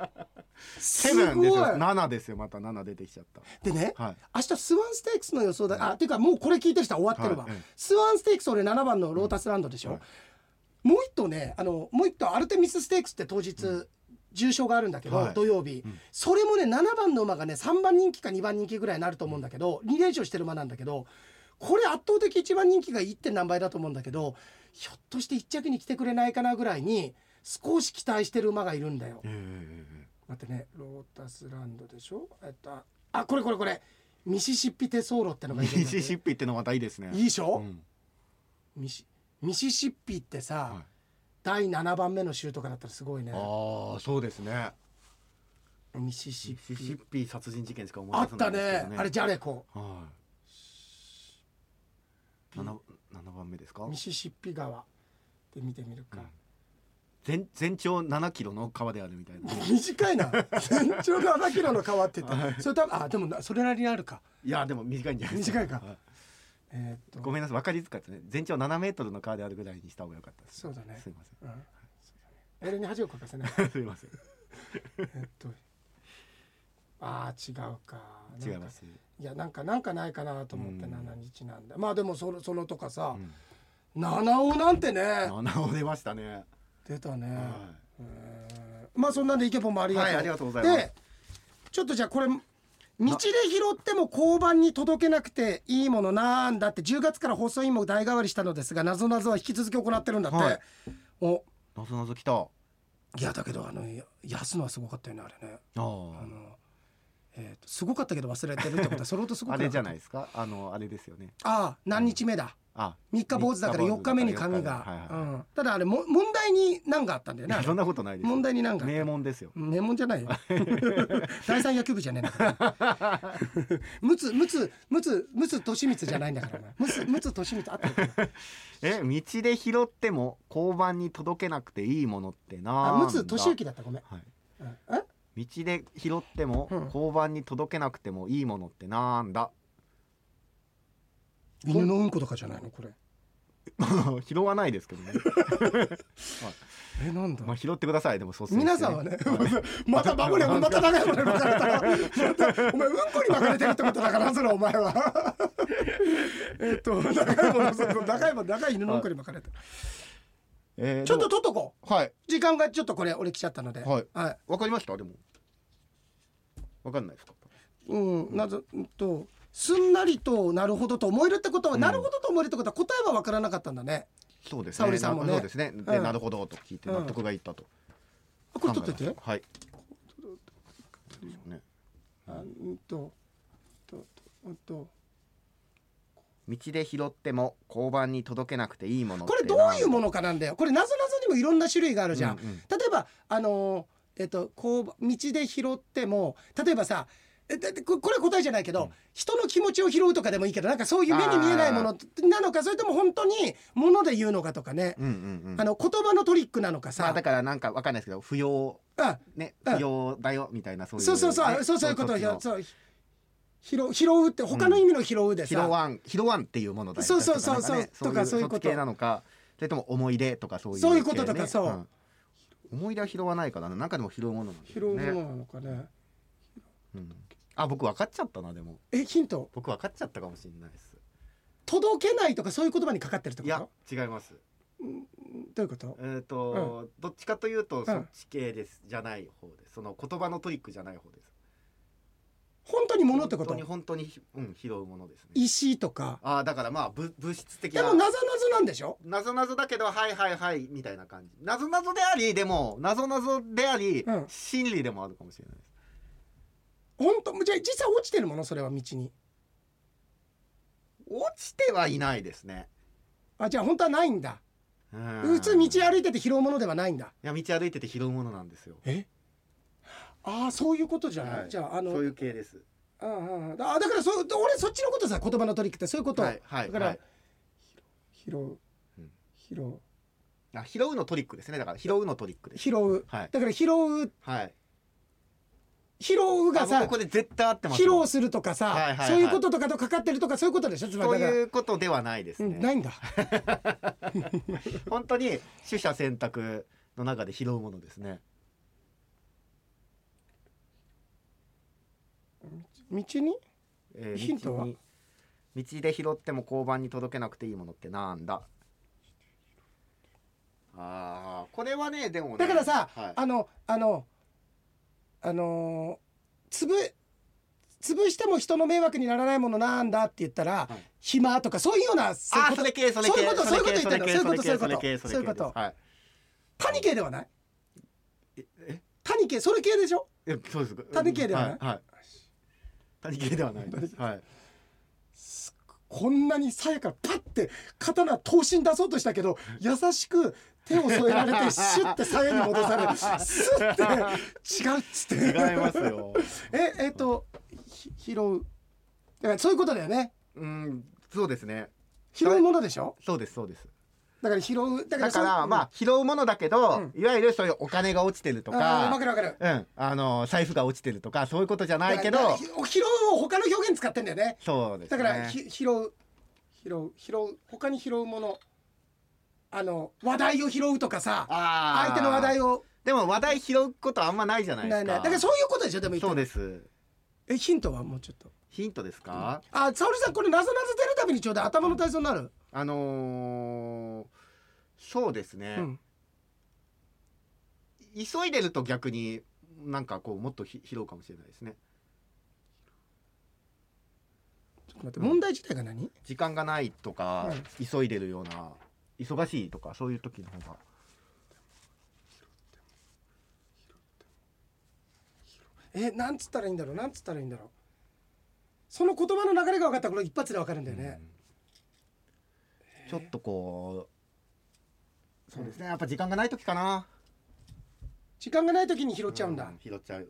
[SPEAKER 2] セ
[SPEAKER 1] す
[SPEAKER 2] ブン
[SPEAKER 1] ご
[SPEAKER 2] で
[SPEAKER 1] い
[SPEAKER 2] すよ7ですよまた7出てきちゃっ
[SPEAKER 1] でね、
[SPEAKER 2] たはい
[SPEAKER 1] 明日スワンステークスの予想だあっていうかもうこれ聞いてる人は終わってるわ、
[SPEAKER 2] はいええ
[SPEAKER 1] スワンステークス俺7番のロータスランドでしょ、
[SPEAKER 2] はい
[SPEAKER 1] もう一頭ねあのもう一頭アルテミスステークスって当日、重賞があるんだけど、
[SPEAKER 2] はい
[SPEAKER 1] 土曜日、
[SPEAKER 2] ん
[SPEAKER 1] それもね7番の馬がね3番人気か2番人気ぐらいになると思うんだけど2連勝してる馬なんだけどこれ圧倒的1番人気が 1. 点何倍だと思うんだけどひょっとして1着に来てくれないかなぐらいに少し期待してる馬がいるんだよ。
[SPEAKER 2] え
[SPEAKER 1] 待ってねロータスランドでしょえっとああこれこれこれミシシッピテソーロっての
[SPEAKER 2] え
[SPEAKER 1] がいるんだ
[SPEAKER 2] ミ
[SPEAKER 1] って
[SPEAKER 2] シシッピってのまたいいですね
[SPEAKER 1] いいでしょ、
[SPEAKER 2] うん
[SPEAKER 1] ミシミシシッピってさ、
[SPEAKER 2] はい
[SPEAKER 1] 第7番目の州とかだったらすごいね
[SPEAKER 2] ああそうですね
[SPEAKER 1] ミシシ
[SPEAKER 2] ミシ
[SPEAKER 1] ッ
[SPEAKER 2] シ
[SPEAKER 1] ピ
[SPEAKER 2] ッピ殺人事件しか思い
[SPEAKER 1] あ
[SPEAKER 2] 出
[SPEAKER 1] っ
[SPEAKER 2] せな
[SPEAKER 1] た
[SPEAKER 2] いんです
[SPEAKER 1] ね
[SPEAKER 2] けど
[SPEAKER 1] あれじゃれこ
[SPEAKER 2] はい七七番目ですか
[SPEAKER 1] ミシシッピ川で見てみるか、
[SPEAKER 2] 全全長7キロの川であるみたいな
[SPEAKER 1] 短いな全長7キロの川って言って、それ多分あでもなそれなりにあるか
[SPEAKER 2] いやでも短いんじゃないです
[SPEAKER 1] 短いか
[SPEAKER 2] は
[SPEAKER 1] えーっと
[SPEAKER 2] ごめんなさい分かりづらかったですね全長7メートルの川であるぐらいにした方が良かったです
[SPEAKER 1] そうだね
[SPEAKER 2] すいま
[SPEAKER 1] うんそうだね俺に恥をかかせない
[SPEAKER 2] せん すいません
[SPEAKER 1] えっとああ違うかなんか
[SPEAKER 2] 違います
[SPEAKER 1] いやなんかなんかないかなと思って
[SPEAKER 2] うん
[SPEAKER 1] 7日なんだ、まあでもそのそのとかさ、
[SPEAKER 2] うん
[SPEAKER 1] 七尾なんてね
[SPEAKER 2] 7を出ましたね
[SPEAKER 1] 出たね、
[SPEAKER 2] は
[SPEAKER 1] えーまあそんなんでイケポンもあり
[SPEAKER 2] い
[SPEAKER 1] がとう、
[SPEAKER 2] はいありがとうございます
[SPEAKER 1] でちょっとじゃあこれ道で拾っても交番に届けなくていいものなんだって10月から放送委員も代替わりしたのですがなぞなぞは引き続き行ってるんだって、
[SPEAKER 2] はい
[SPEAKER 1] お
[SPEAKER 2] なぞなぞきたあ
[SPEAKER 1] いやだけどあのや安のはすごかったよねあれねあ
[SPEAKER 2] あ
[SPEAKER 1] の、えーとすごかったけど忘れてるってことはそれほどすごく
[SPEAKER 2] あ
[SPEAKER 1] なか
[SPEAKER 2] れ
[SPEAKER 1] った
[SPEAKER 2] じゃないですかあのあれですよね
[SPEAKER 1] ああ何日目だ
[SPEAKER 2] あ
[SPEAKER 1] 3日坊主だから4日目に紙が、
[SPEAKER 2] はいはい
[SPEAKER 1] うん、ただあれも問題に何があったんだよ
[SPEAKER 2] い
[SPEAKER 1] ねあ
[SPEAKER 2] や
[SPEAKER 1] れ
[SPEAKER 2] そんなことないです
[SPEAKER 1] 問題に何があった
[SPEAKER 2] 名門ですよ
[SPEAKER 1] 名門じゃないよ 第三野球部じゃねえんだからむつむつむつむつとしみつじゃないんだからむつむつとしみつあったよ
[SPEAKER 2] え道で拾っても交番に届けなくていいものってな
[SPEAKER 1] あ
[SPEAKER 2] んだ
[SPEAKER 1] むつとしゆきだったごめん、
[SPEAKER 2] はい
[SPEAKER 1] うんえ
[SPEAKER 2] 道で拾っても
[SPEAKER 1] うん
[SPEAKER 2] 交番に届けなくてもいいものってなんだ
[SPEAKER 1] 犬のうんことかじゃないのこれ
[SPEAKER 2] 拾わないです けどね
[SPEAKER 1] えなんだ
[SPEAKER 2] まあ拾ってくださいでもそうする
[SPEAKER 1] 皆さんはね、 またバブれ、また長いものに巻かれたら、ま たお前、うんこに巻かれてるってことだから、それ、お前は。えっと、長いもの、そうそう長いもの、長い犬のうんこに巻かれてる。
[SPEAKER 2] えー
[SPEAKER 1] ちょっと
[SPEAKER 2] で
[SPEAKER 1] 取っとこう。
[SPEAKER 2] もはい
[SPEAKER 1] 時間がちょっとこれ、俺来ちゃったので。
[SPEAKER 2] はい
[SPEAKER 1] はい。
[SPEAKER 2] わかりましたでもわかんないですか
[SPEAKER 1] うん、なぜ、うんと、すんなりとなるほどと思えるってことは、なるほどと思えるってことは、答えは分からなかったんだね。
[SPEAKER 2] そうですね
[SPEAKER 1] 沙織さんもね
[SPEAKER 2] なそうですねで
[SPEAKER 1] うん
[SPEAKER 2] なるほどと聞いて
[SPEAKER 1] うん
[SPEAKER 2] 納得がいったと
[SPEAKER 1] あこれ取ってて。
[SPEAKER 2] はいどうでしょうね
[SPEAKER 1] あうんと、と、と、と。
[SPEAKER 2] 道で拾っても交番に届けなくていいもの
[SPEAKER 1] これどういうも
[SPEAKER 2] の
[SPEAKER 1] のかなんだよこれなぞなぞにもいろんな種類があるじゃん、
[SPEAKER 2] うんうん
[SPEAKER 1] 例えばあのーえっとこう道で拾っても例えばさえだってここれは答えじゃないけど、人の気持ちを拾うとかでもいいけどなんかそういう目に見えないものなのかそれとも本当にもので言うのかとかね、
[SPEAKER 2] うんうんうん
[SPEAKER 1] あの言葉のトリックなのか
[SPEAKER 2] まあ
[SPEAKER 1] さ、
[SPEAKER 2] だからなんかわかんないですけど不要
[SPEAKER 1] あ
[SPEAKER 2] ね
[SPEAKER 1] うん
[SPEAKER 2] 不要だよみたいなそういう
[SPEAKER 1] そうそうそう、
[SPEAKER 2] ね
[SPEAKER 1] そうそういうことを
[SPEAKER 2] そ
[SPEAKER 1] ひ
[SPEAKER 2] う
[SPEAKER 1] ろ
[SPEAKER 2] そ
[SPEAKER 1] そ
[SPEAKER 2] う
[SPEAKER 1] う拾う拾うって他の意味の拾うで
[SPEAKER 2] 拾
[SPEAKER 1] さ、
[SPEAKER 2] わん拾わんっていうものだよ
[SPEAKER 1] そうそう
[SPEAKER 2] とかなんかね
[SPEAKER 1] そうそうとかそういう
[SPEAKER 2] そ
[SPEAKER 1] こ
[SPEAKER 2] っ
[SPEAKER 1] と
[SPEAKER 2] ち系なのかそれとも思い出とかそういう
[SPEAKER 1] そういうこと
[SPEAKER 2] 系ね
[SPEAKER 1] とかそうん
[SPEAKER 2] 思い出は拾わないからななんかでも拾うものなんだ
[SPEAKER 1] 拾う
[SPEAKER 2] よ
[SPEAKER 1] も
[SPEAKER 2] ね
[SPEAKER 1] のなのかね
[SPEAKER 2] うんあ僕分かっちゃったなでも
[SPEAKER 1] えヒント
[SPEAKER 2] 僕分かっちゃったかもしれないです
[SPEAKER 1] 届けないとかそういう言葉にかかってるって
[SPEAKER 2] い
[SPEAKER 1] こ
[SPEAKER 2] や
[SPEAKER 1] と
[SPEAKER 2] 違います
[SPEAKER 1] どういうこと
[SPEAKER 2] えっ、と、どっちかというと
[SPEAKER 1] ん
[SPEAKER 2] そっち系です、じゃない方ですその言葉のトリックじゃない方です
[SPEAKER 1] 本当に物ってこと
[SPEAKER 2] 本当に本当にひうん拾うものですね
[SPEAKER 1] 石とか
[SPEAKER 2] ああだからまあぶ物質的
[SPEAKER 1] で
[SPEAKER 2] な
[SPEAKER 1] もなぞなぞなんでしょ
[SPEAKER 2] なぞなぞだけどはいはいはいみたいな感じなぞなぞでありでもなぞなぞであり、
[SPEAKER 1] うん
[SPEAKER 2] 真理でもあるかもしれないです
[SPEAKER 1] 本当じゃあ実際落ちてるものそれは道に
[SPEAKER 2] 落ちてはいないですね
[SPEAKER 1] あじゃあ本当はないんだ
[SPEAKER 2] うん
[SPEAKER 1] 普通道歩いてて拾うものではないんだ
[SPEAKER 2] いや道歩いてて拾うものなんですよ
[SPEAKER 1] えああそういうことじゃない、
[SPEAKER 2] はい
[SPEAKER 1] じゃああの
[SPEAKER 2] そういう系です
[SPEAKER 1] うんうんうんあだからそう俺そっちのことさ言葉のトリックってそういうこと、
[SPEAKER 2] はいはい
[SPEAKER 1] だから、
[SPEAKER 2] はい
[SPEAKER 1] 拾う
[SPEAKER 2] うん
[SPEAKER 1] 拾う
[SPEAKER 2] あ拾うのトリックですねだから拾うのトリックです
[SPEAKER 1] 拾う
[SPEAKER 2] はい
[SPEAKER 1] だから拾う
[SPEAKER 2] はい
[SPEAKER 1] 疲労が
[SPEAKER 2] あ
[SPEAKER 1] さ
[SPEAKER 2] ここで絶対合ってます
[SPEAKER 1] 披露するとかさ、
[SPEAKER 2] はいはいはい
[SPEAKER 1] そういうこととかとかかってるとかそういうことでしょつま
[SPEAKER 2] そう
[SPEAKER 1] りだから
[SPEAKER 2] いうことではないです
[SPEAKER 1] う
[SPEAKER 2] ね、
[SPEAKER 1] ん、ないんだ
[SPEAKER 2] 本当に取捨選択の中で拾うものですね
[SPEAKER 1] 道に
[SPEAKER 2] えー
[SPEAKER 1] ヒントは
[SPEAKER 2] 道に道で拾っても交番に届けなくていいものってなんだあーこれはねでもね
[SPEAKER 1] だからさ、
[SPEAKER 2] はい
[SPEAKER 1] あのあのあのー潰潰しても人の迷惑にならないものなんだって言ったら、
[SPEAKER 2] はい
[SPEAKER 1] 暇とかそういうようなそういう
[SPEAKER 2] あ
[SPEAKER 1] こ
[SPEAKER 2] ー
[SPEAKER 1] と
[SPEAKER 2] それ系それ系
[SPEAKER 1] そういうこと
[SPEAKER 2] れ系
[SPEAKER 1] そういうこと言ってんの
[SPEAKER 2] れ系
[SPEAKER 1] そういうこと
[SPEAKER 2] れ系
[SPEAKER 1] そういうこと
[SPEAKER 2] れ系れ系ですはい
[SPEAKER 1] 谷系ではない
[SPEAKER 2] え
[SPEAKER 1] 谷系それ系でしょ
[SPEAKER 2] えそうです
[SPEAKER 1] 谷系ではない
[SPEAKER 2] い、はい、谷系ではな いですはい
[SPEAKER 1] こんなにさやからパッて刀刀身出そうとしたけど優しく手を添えられてシュッて鞘に戻さ れスッて違うっつって
[SPEAKER 2] 違いますよ
[SPEAKER 1] ええっとひ拾うだからそういうことだよね
[SPEAKER 2] うんそうですね
[SPEAKER 1] 拾うものでしょ
[SPEAKER 2] そうですそうです
[SPEAKER 1] だから拾うだ
[SPEAKER 2] だ
[SPEAKER 1] そ
[SPEAKER 2] か
[SPEAKER 1] う
[SPEAKER 2] らまあ拾うものだけど、いわゆるそういうお金が落ちてると
[SPEAKER 1] あー
[SPEAKER 2] か
[SPEAKER 1] わかるわかる
[SPEAKER 2] うん、あの財布が落ちてるとかそういうことじゃないけど
[SPEAKER 1] だからだから拾うを他の表現使ってんだよね
[SPEAKER 2] そうです
[SPEAKER 1] だ
[SPEAKER 2] ね
[SPEAKER 1] からひ拾う拾う拾う他に拾うものあの話題を拾うとかさ
[SPEAKER 2] あー
[SPEAKER 1] 相手の話題を
[SPEAKER 2] でも話題拾うことあんまないじゃないです
[SPEAKER 1] な
[SPEAKER 2] か
[SPEAKER 1] いないだからそういうことでしょでも言って
[SPEAKER 2] そうです
[SPEAKER 1] えヒントはもうちょっと
[SPEAKER 2] ヒントですか、
[SPEAKER 1] あ沙織さんこれなぞなぞ出るたびにちょうど頭の体操になる、
[SPEAKER 2] あのーそうですね、
[SPEAKER 1] うん
[SPEAKER 2] 急いでると逆になんかこうもっとひ拾うかもしれないですね
[SPEAKER 1] ちょっと待って問題自体が何
[SPEAKER 2] 時間がないとか、
[SPEAKER 1] うん
[SPEAKER 2] 急いでるような忙しいとかそういう時の方が
[SPEAKER 1] えなんつったらいいんだろうなんつったらいいんだろうその言葉の流れが分かったらこれ一発で分かるんだよね、
[SPEAKER 2] ちょっとこうそうですねやっぱ時間がない時かな
[SPEAKER 1] 時間がない時に拾っちゃうんだ、
[SPEAKER 2] 拾っちゃう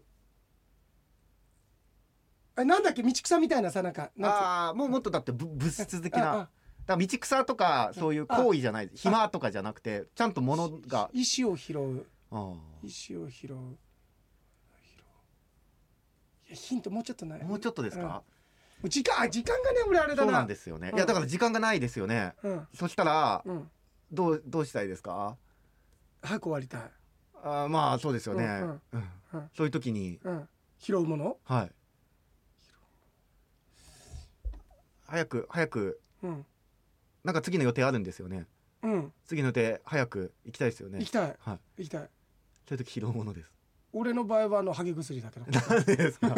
[SPEAKER 1] えなんだっけ道草みたいなさなんかなんつ
[SPEAKER 2] ああもうもっとだってぶ物質的な
[SPEAKER 1] あ
[SPEAKER 2] だから道草とかそういう行為じゃない暇とかじゃなくてちゃんと物が
[SPEAKER 1] 石を拾う
[SPEAKER 2] あ
[SPEAKER 1] 石を拾う拾ういやヒントもうちょっとない
[SPEAKER 2] ーもうちょっとですか、
[SPEAKER 1] うん時間あ時間がね俺あれだな
[SPEAKER 2] そうなんですよね、
[SPEAKER 1] うん
[SPEAKER 2] いやだから時間がないですよね
[SPEAKER 1] うん
[SPEAKER 2] そしたら
[SPEAKER 1] うん
[SPEAKER 2] どうどうしたいですか
[SPEAKER 1] 早く終わりたい
[SPEAKER 2] あーまあそうですよね、
[SPEAKER 1] うんうん
[SPEAKER 2] うん
[SPEAKER 1] うん
[SPEAKER 2] そういう時に
[SPEAKER 1] うん拾うもの
[SPEAKER 2] はい早く早く
[SPEAKER 1] うん
[SPEAKER 2] なんか次の予定あるんですよね
[SPEAKER 1] うん
[SPEAKER 2] 次の予定早く行きたいですよね
[SPEAKER 1] 行きたい
[SPEAKER 2] はい
[SPEAKER 1] 行きたい
[SPEAKER 2] そういう時拾うものです
[SPEAKER 1] 俺の場合はあのハゲ薬だけど
[SPEAKER 2] 何で すか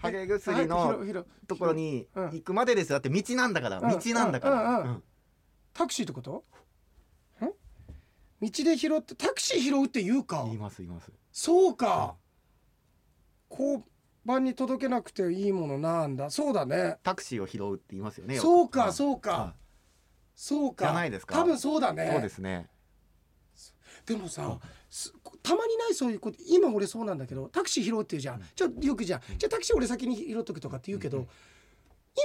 [SPEAKER 2] ハゲ薬の
[SPEAKER 1] はい拾う拾う
[SPEAKER 2] ところに
[SPEAKER 1] うん
[SPEAKER 2] 行くまでですだって道なんだから
[SPEAKER 1] うん
[SPEAKER 2] 道なんだか
[SPEAKER 1] うんうんう
[SPEAKER 2] ら
[SPEAKER 1] んタクシーってことん道で拾ってタクシー拾うって言うか
[SPEAKER 2] 言います言います
[SPEAKER 1] そうか交番に届けなくていいものなんだそうだね
[SPEAKER 2] タクシーを拾うって言いますよね
[SPEAKER 1] そうか
[SPEAKER 2] ん
[SPEAKER 1] そうか
[SPEAKER 2] は
[SPEAKER 1] そうか
[SPEAKER 2] じゃないですか
[SPEAKER 1] 多分そうだね
[SPEAKER 2] いそうですね
[SPEAKER 1] でもさすたまにないそういうこと今俺そうなんだけどタクシー拾うって言うじゃん、ちょよくじゃん、じゃあタクシー俺先に拾っとくとかって言うけど、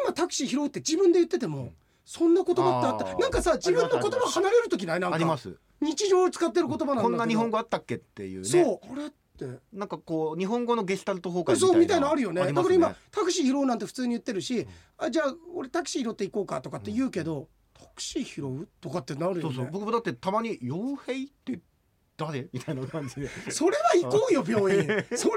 [SPEAKER 1] 今タクシー拾うって自分で言ってても、そんな言葉ってあった
[SPEAKER 2] あー
[SPEAKER 1] なんかさ自分の言葉離れる時ないなんか
[SPEAKER 2] あります
[SPEAKER 1] 日常使ってる言葉なんだけど
[SPEAKER 2] こんな日本語あったっけっていうね
[SPEAKER 1] そうあれって
[SPEAKER 2] なんかこう日本語のゲスタルト崩壊みたい
[SPEAKER 1] そう
[SPEAKER 2] な
[SPEAKER 1] みたいなのあるよね
[SPEAKER 2] り
[SPEAKER 1] だ
[SPEAKER 2] ま
[SPEAKER 1] か
[SPEAKER 2] す
[SPEAKER 1] ら今タクシー拾うなんて普通に言ってるし、あじゃあ俺タクシー拾っていこうかとかって言うけど、タクシー拾うとかってなるよね
[SPEAKER 2] そうそう僕もだってたまに「傭兵って誰?」みたいな感じで
[SPEAKER 1] それは行こうよ病 院それ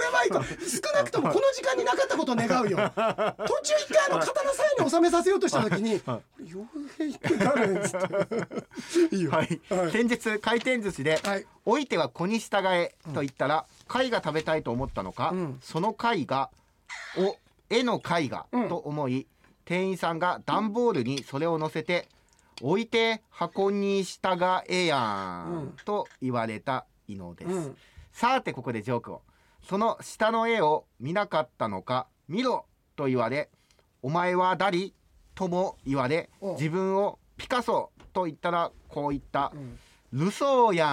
[SPEAKER 1] は行こう少なくともこの時間になかったことを願う よ途中一回あの刀さえに収めさせようとした時に
[SPEAKER 2] は
[SPEAKER 1] 「傭兵って誰?」っつって「いいよ」
[SPEAKER 2] はい
[SPEAKER 1] はい
[SPEAKER 2] 先日回転寿司で
[SPEAKER 1] はい
[SPEAKER 2] 「おいては子に従え」と言ったら貝が食べたいと思ったのか、
[SPEAKER 1] うん
[SPEAKER 2] その貝が「お絵の貝が」と思い、店員さんが段ボールにそれを乗せて「置いて箱に従えやん」
[SPEAKER 1] うん
[SPEAKER 2] と言われた伊野です、
[SPEAKER 1] うん
[SPEAKER 2] さてここでジョークをその下の絵を見なかったのか見ろと言われお前は誰とも言われ
[SPEAKER 1] お
[SPEAKER 2] 自分をピカソと言ったらこう言った
[SPEAKER 1] うん
[SPEAKER 2] 「ルソーや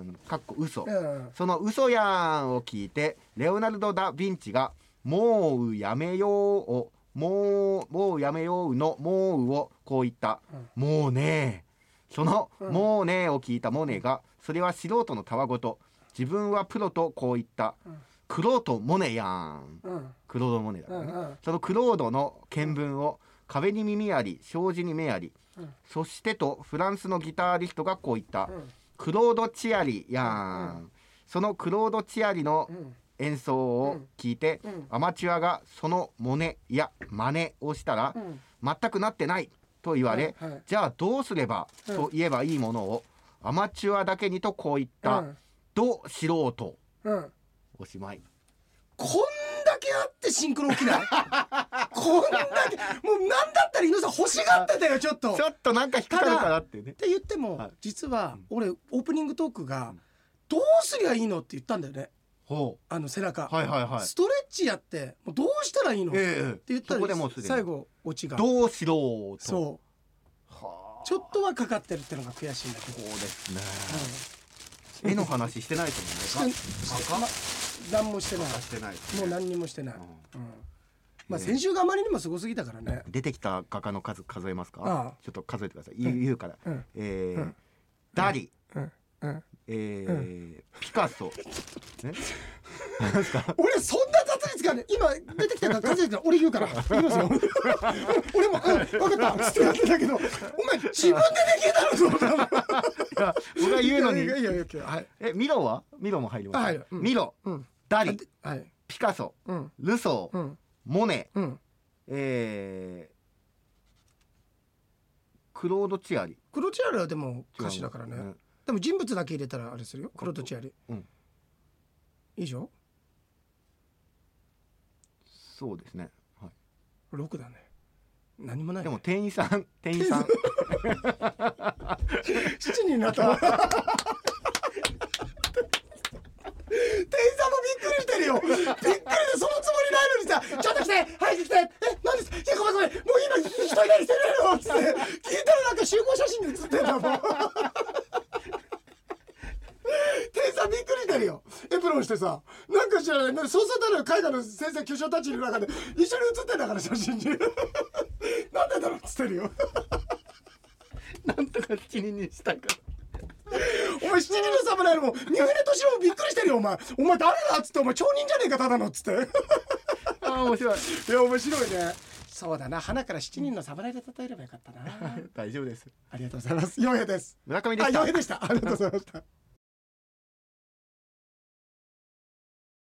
[SPEAKER 2] ん」かっこ嘘
[SPEAKER 1] うん
[SPEAKER 2] その「嘘やん」を聞いてレオナルド・ダ・ヴィンチが「もうやめよう」を「もうもうやめよう」の「もう」をこう言った「もうねえ」その「
[SPEAKER 1] うん
[SPEAKER 2] もうねえ」を聞いたモネがそれは素人のたわごと自分はプロとこう言った「クロード・モネやん
[SPEAKER 1] うん
[SPEAKER 2] クロード・モネだか
[SPEAKER 1] う
[SPEAKER 2] らね、
[SPEAKER 1] んうん
[SPEAKER 2] そのクロードの見聞を壁に耳あり障子に目あり、
[SPEAKER 1] うん
[SPEAKER 2] そしてとフランスのギタリストがこう言った、
[SPEAKER 1] うん
[SPEAKER 2] クロード・チアリやん、そのクロード・チアリの
[SPEAKER 1] うん
[SPEAKER 2] 演奏を聞いて、
[SPEAKER 1] うんうん
[SPEAKER 2] アマチュアがそのモネや真似をしたら、
[SPEAKER 1] うん
[SPEAKER 2] 全くなってないと言われ、
[SPEAKER 1] はいはい
[SPEAKER 2] じゃあどうすれば
[SPEAKER 1] うん
[SPEAKER 2] と言えばいいものをアマチュアだけにとこう言った、
[SPEAKER 1] うん
[SPEAKER 2] ど素人
[SPEAKER 1] うん
[SPEAKER 2] おしまい
[SPEAKER 1] こんだけあってシンクロ起きないこんだけもうなんだったら井上さん欲しがってたよちょっと
[SPEAKER 2] ちょっとなんか引っかかるかなっていうね
[SPEAKER 1] って言っても、
[SPEAKER 2] はい
[SPEAKER 1] 実は俺オープニングトークが、
[SPEAKER 2] ん
[SPEAKER 1] どうすりゃいいのって言ったんだよね
[SPEAKER 2] ほ
[SPEAKER 1] あの背中、
[SPEAKER 2] うはいはいはい
[SPEAKER 1] ストレッチやってもうどうしたらいいの、って
[SPEAKER 2] ええ
[SPEAKER 1] 言った
[SPEAKER 2] そこで
[SPEAKER 1] ら
[SPEAKER 2] もうすでに
[SPEAKER 1] 最後オチが
[SPEAKER 2] どう素人
[SPEAKER 1] そう
[SPEAKER 2] はあ
[SPEAKER 1] ちょっとはかかってるってのが悔しいんだけど
[SPEAKER 2] そうです
[SPEAKER 1] う
[SPEAKER 2] ね、絵の話してないですもん
[SPEAKER 1] ん
[SPEAKER 2] ねバカ
[SPEAKER 1] 何もしてない
[SPEAKER 2] バカしてないですね
[SPEAKER 1] もう何にもしてない、
[SPEAKER 2] う
[SPEAKER 1] うんんまあ先週があまりにもすごすぎたからね
[SPEAKER 2] 出てきた画家の数数えますか
[SPEAKER 1] ああ
[SPEAKER 2] ちょっと数えてください言う,、言うから、
[SPEAKER 1] うん
[SPEAKER 2] え
[SPEAKER 1] う
[SPEAKER 2] ー
[SPEAKER 1] ん
[SPEAKER 2] ダリ、
[SPEAKER 1] うんうん、
[SPEAKER 2] えーピカソ、 ね、
[SPEAKER 1] 俺そんな雑に使わない今出てきたから数え てたら俺言うから言いますよ 俺も「うん分かった」つってやってたけどお前自分でできるだろそんなの
[SPEAKER 2] いや僕が言うのに
[SPEAKER 1] いやいやいやいやはい
[SPEAKER 2] えミロはミロも入ります、
[SPEAKER 1] はいうん
[SPEAKER 2] ミロ、
[SPEAKER 1] うん
[SPEAKER 2] ダ
[SPEAKER 1] あ
[SPEAKER 2] リ
[SPEAKER 1] ではい
[SPEAKER 2] ピカソ
[SPEAKER 1] うん
[SPEAKER 2] ルソー、
[SPEAKER 1] うん
[SPEAKER 2] モネ、
[SPEAKER 1] うん
[SPEAKER 2] えー、クロード・チアリ
[SPEAKER 1] クロチアリはでも歌詞だから
[SPEAKER 2] 違う
[SPEAKER 1] ね
[SPEAKER 2] ん
[SPEAKER 1] でも人物だけ入れたらあれするよクロとチアリ
[SPEAKER 2] うん
[SPEAKER 1] 以上
[SPEAKER 2] そうですね、は、
[SPEAKER 1] 6だね何もないい
[SPEAKER 2] でも店員さ ん店員さん
[SPEAKER 1] 7人になったわ店員さんもびっくりしてるよびっくりでそのつもりないのにさ「ちょっと来てはい来てえ何ですいやごめんごめんもう今一人なりしてるの」っつって聞いたらなんか集合写真に写ってたもん店員さんびっくりしてるよエプロンしてさなんか知らないなんかそうすると絵画の先生巨匠たちいる中で一緒に写ってんだから写真になんでだろうっつってるよ
[SPEAKER 2] なんとか一人にしたいから
[SPEAKER 1] お前七人の侍も三船敏郎もびっくりしてるよお前お前誰だっつってお前町人じゃねえかただのっつって
[SPEAKER 2] ああ面白い
[SPEAKER 1] いや面白いねそうだな花から七人の侍で例えればよかったな
[SPEAKER 2] 大丈夫です
[SPEAKER 1] ありがとうございます洋平です
[SPEAKER 2] 村上で
[SPEAKER 1] あ
[SPEAKER 2] し
[SPEAKER 1] 洋
[SPEAKER 2] た
[SPEAKER 1] 平でしたありがとうございました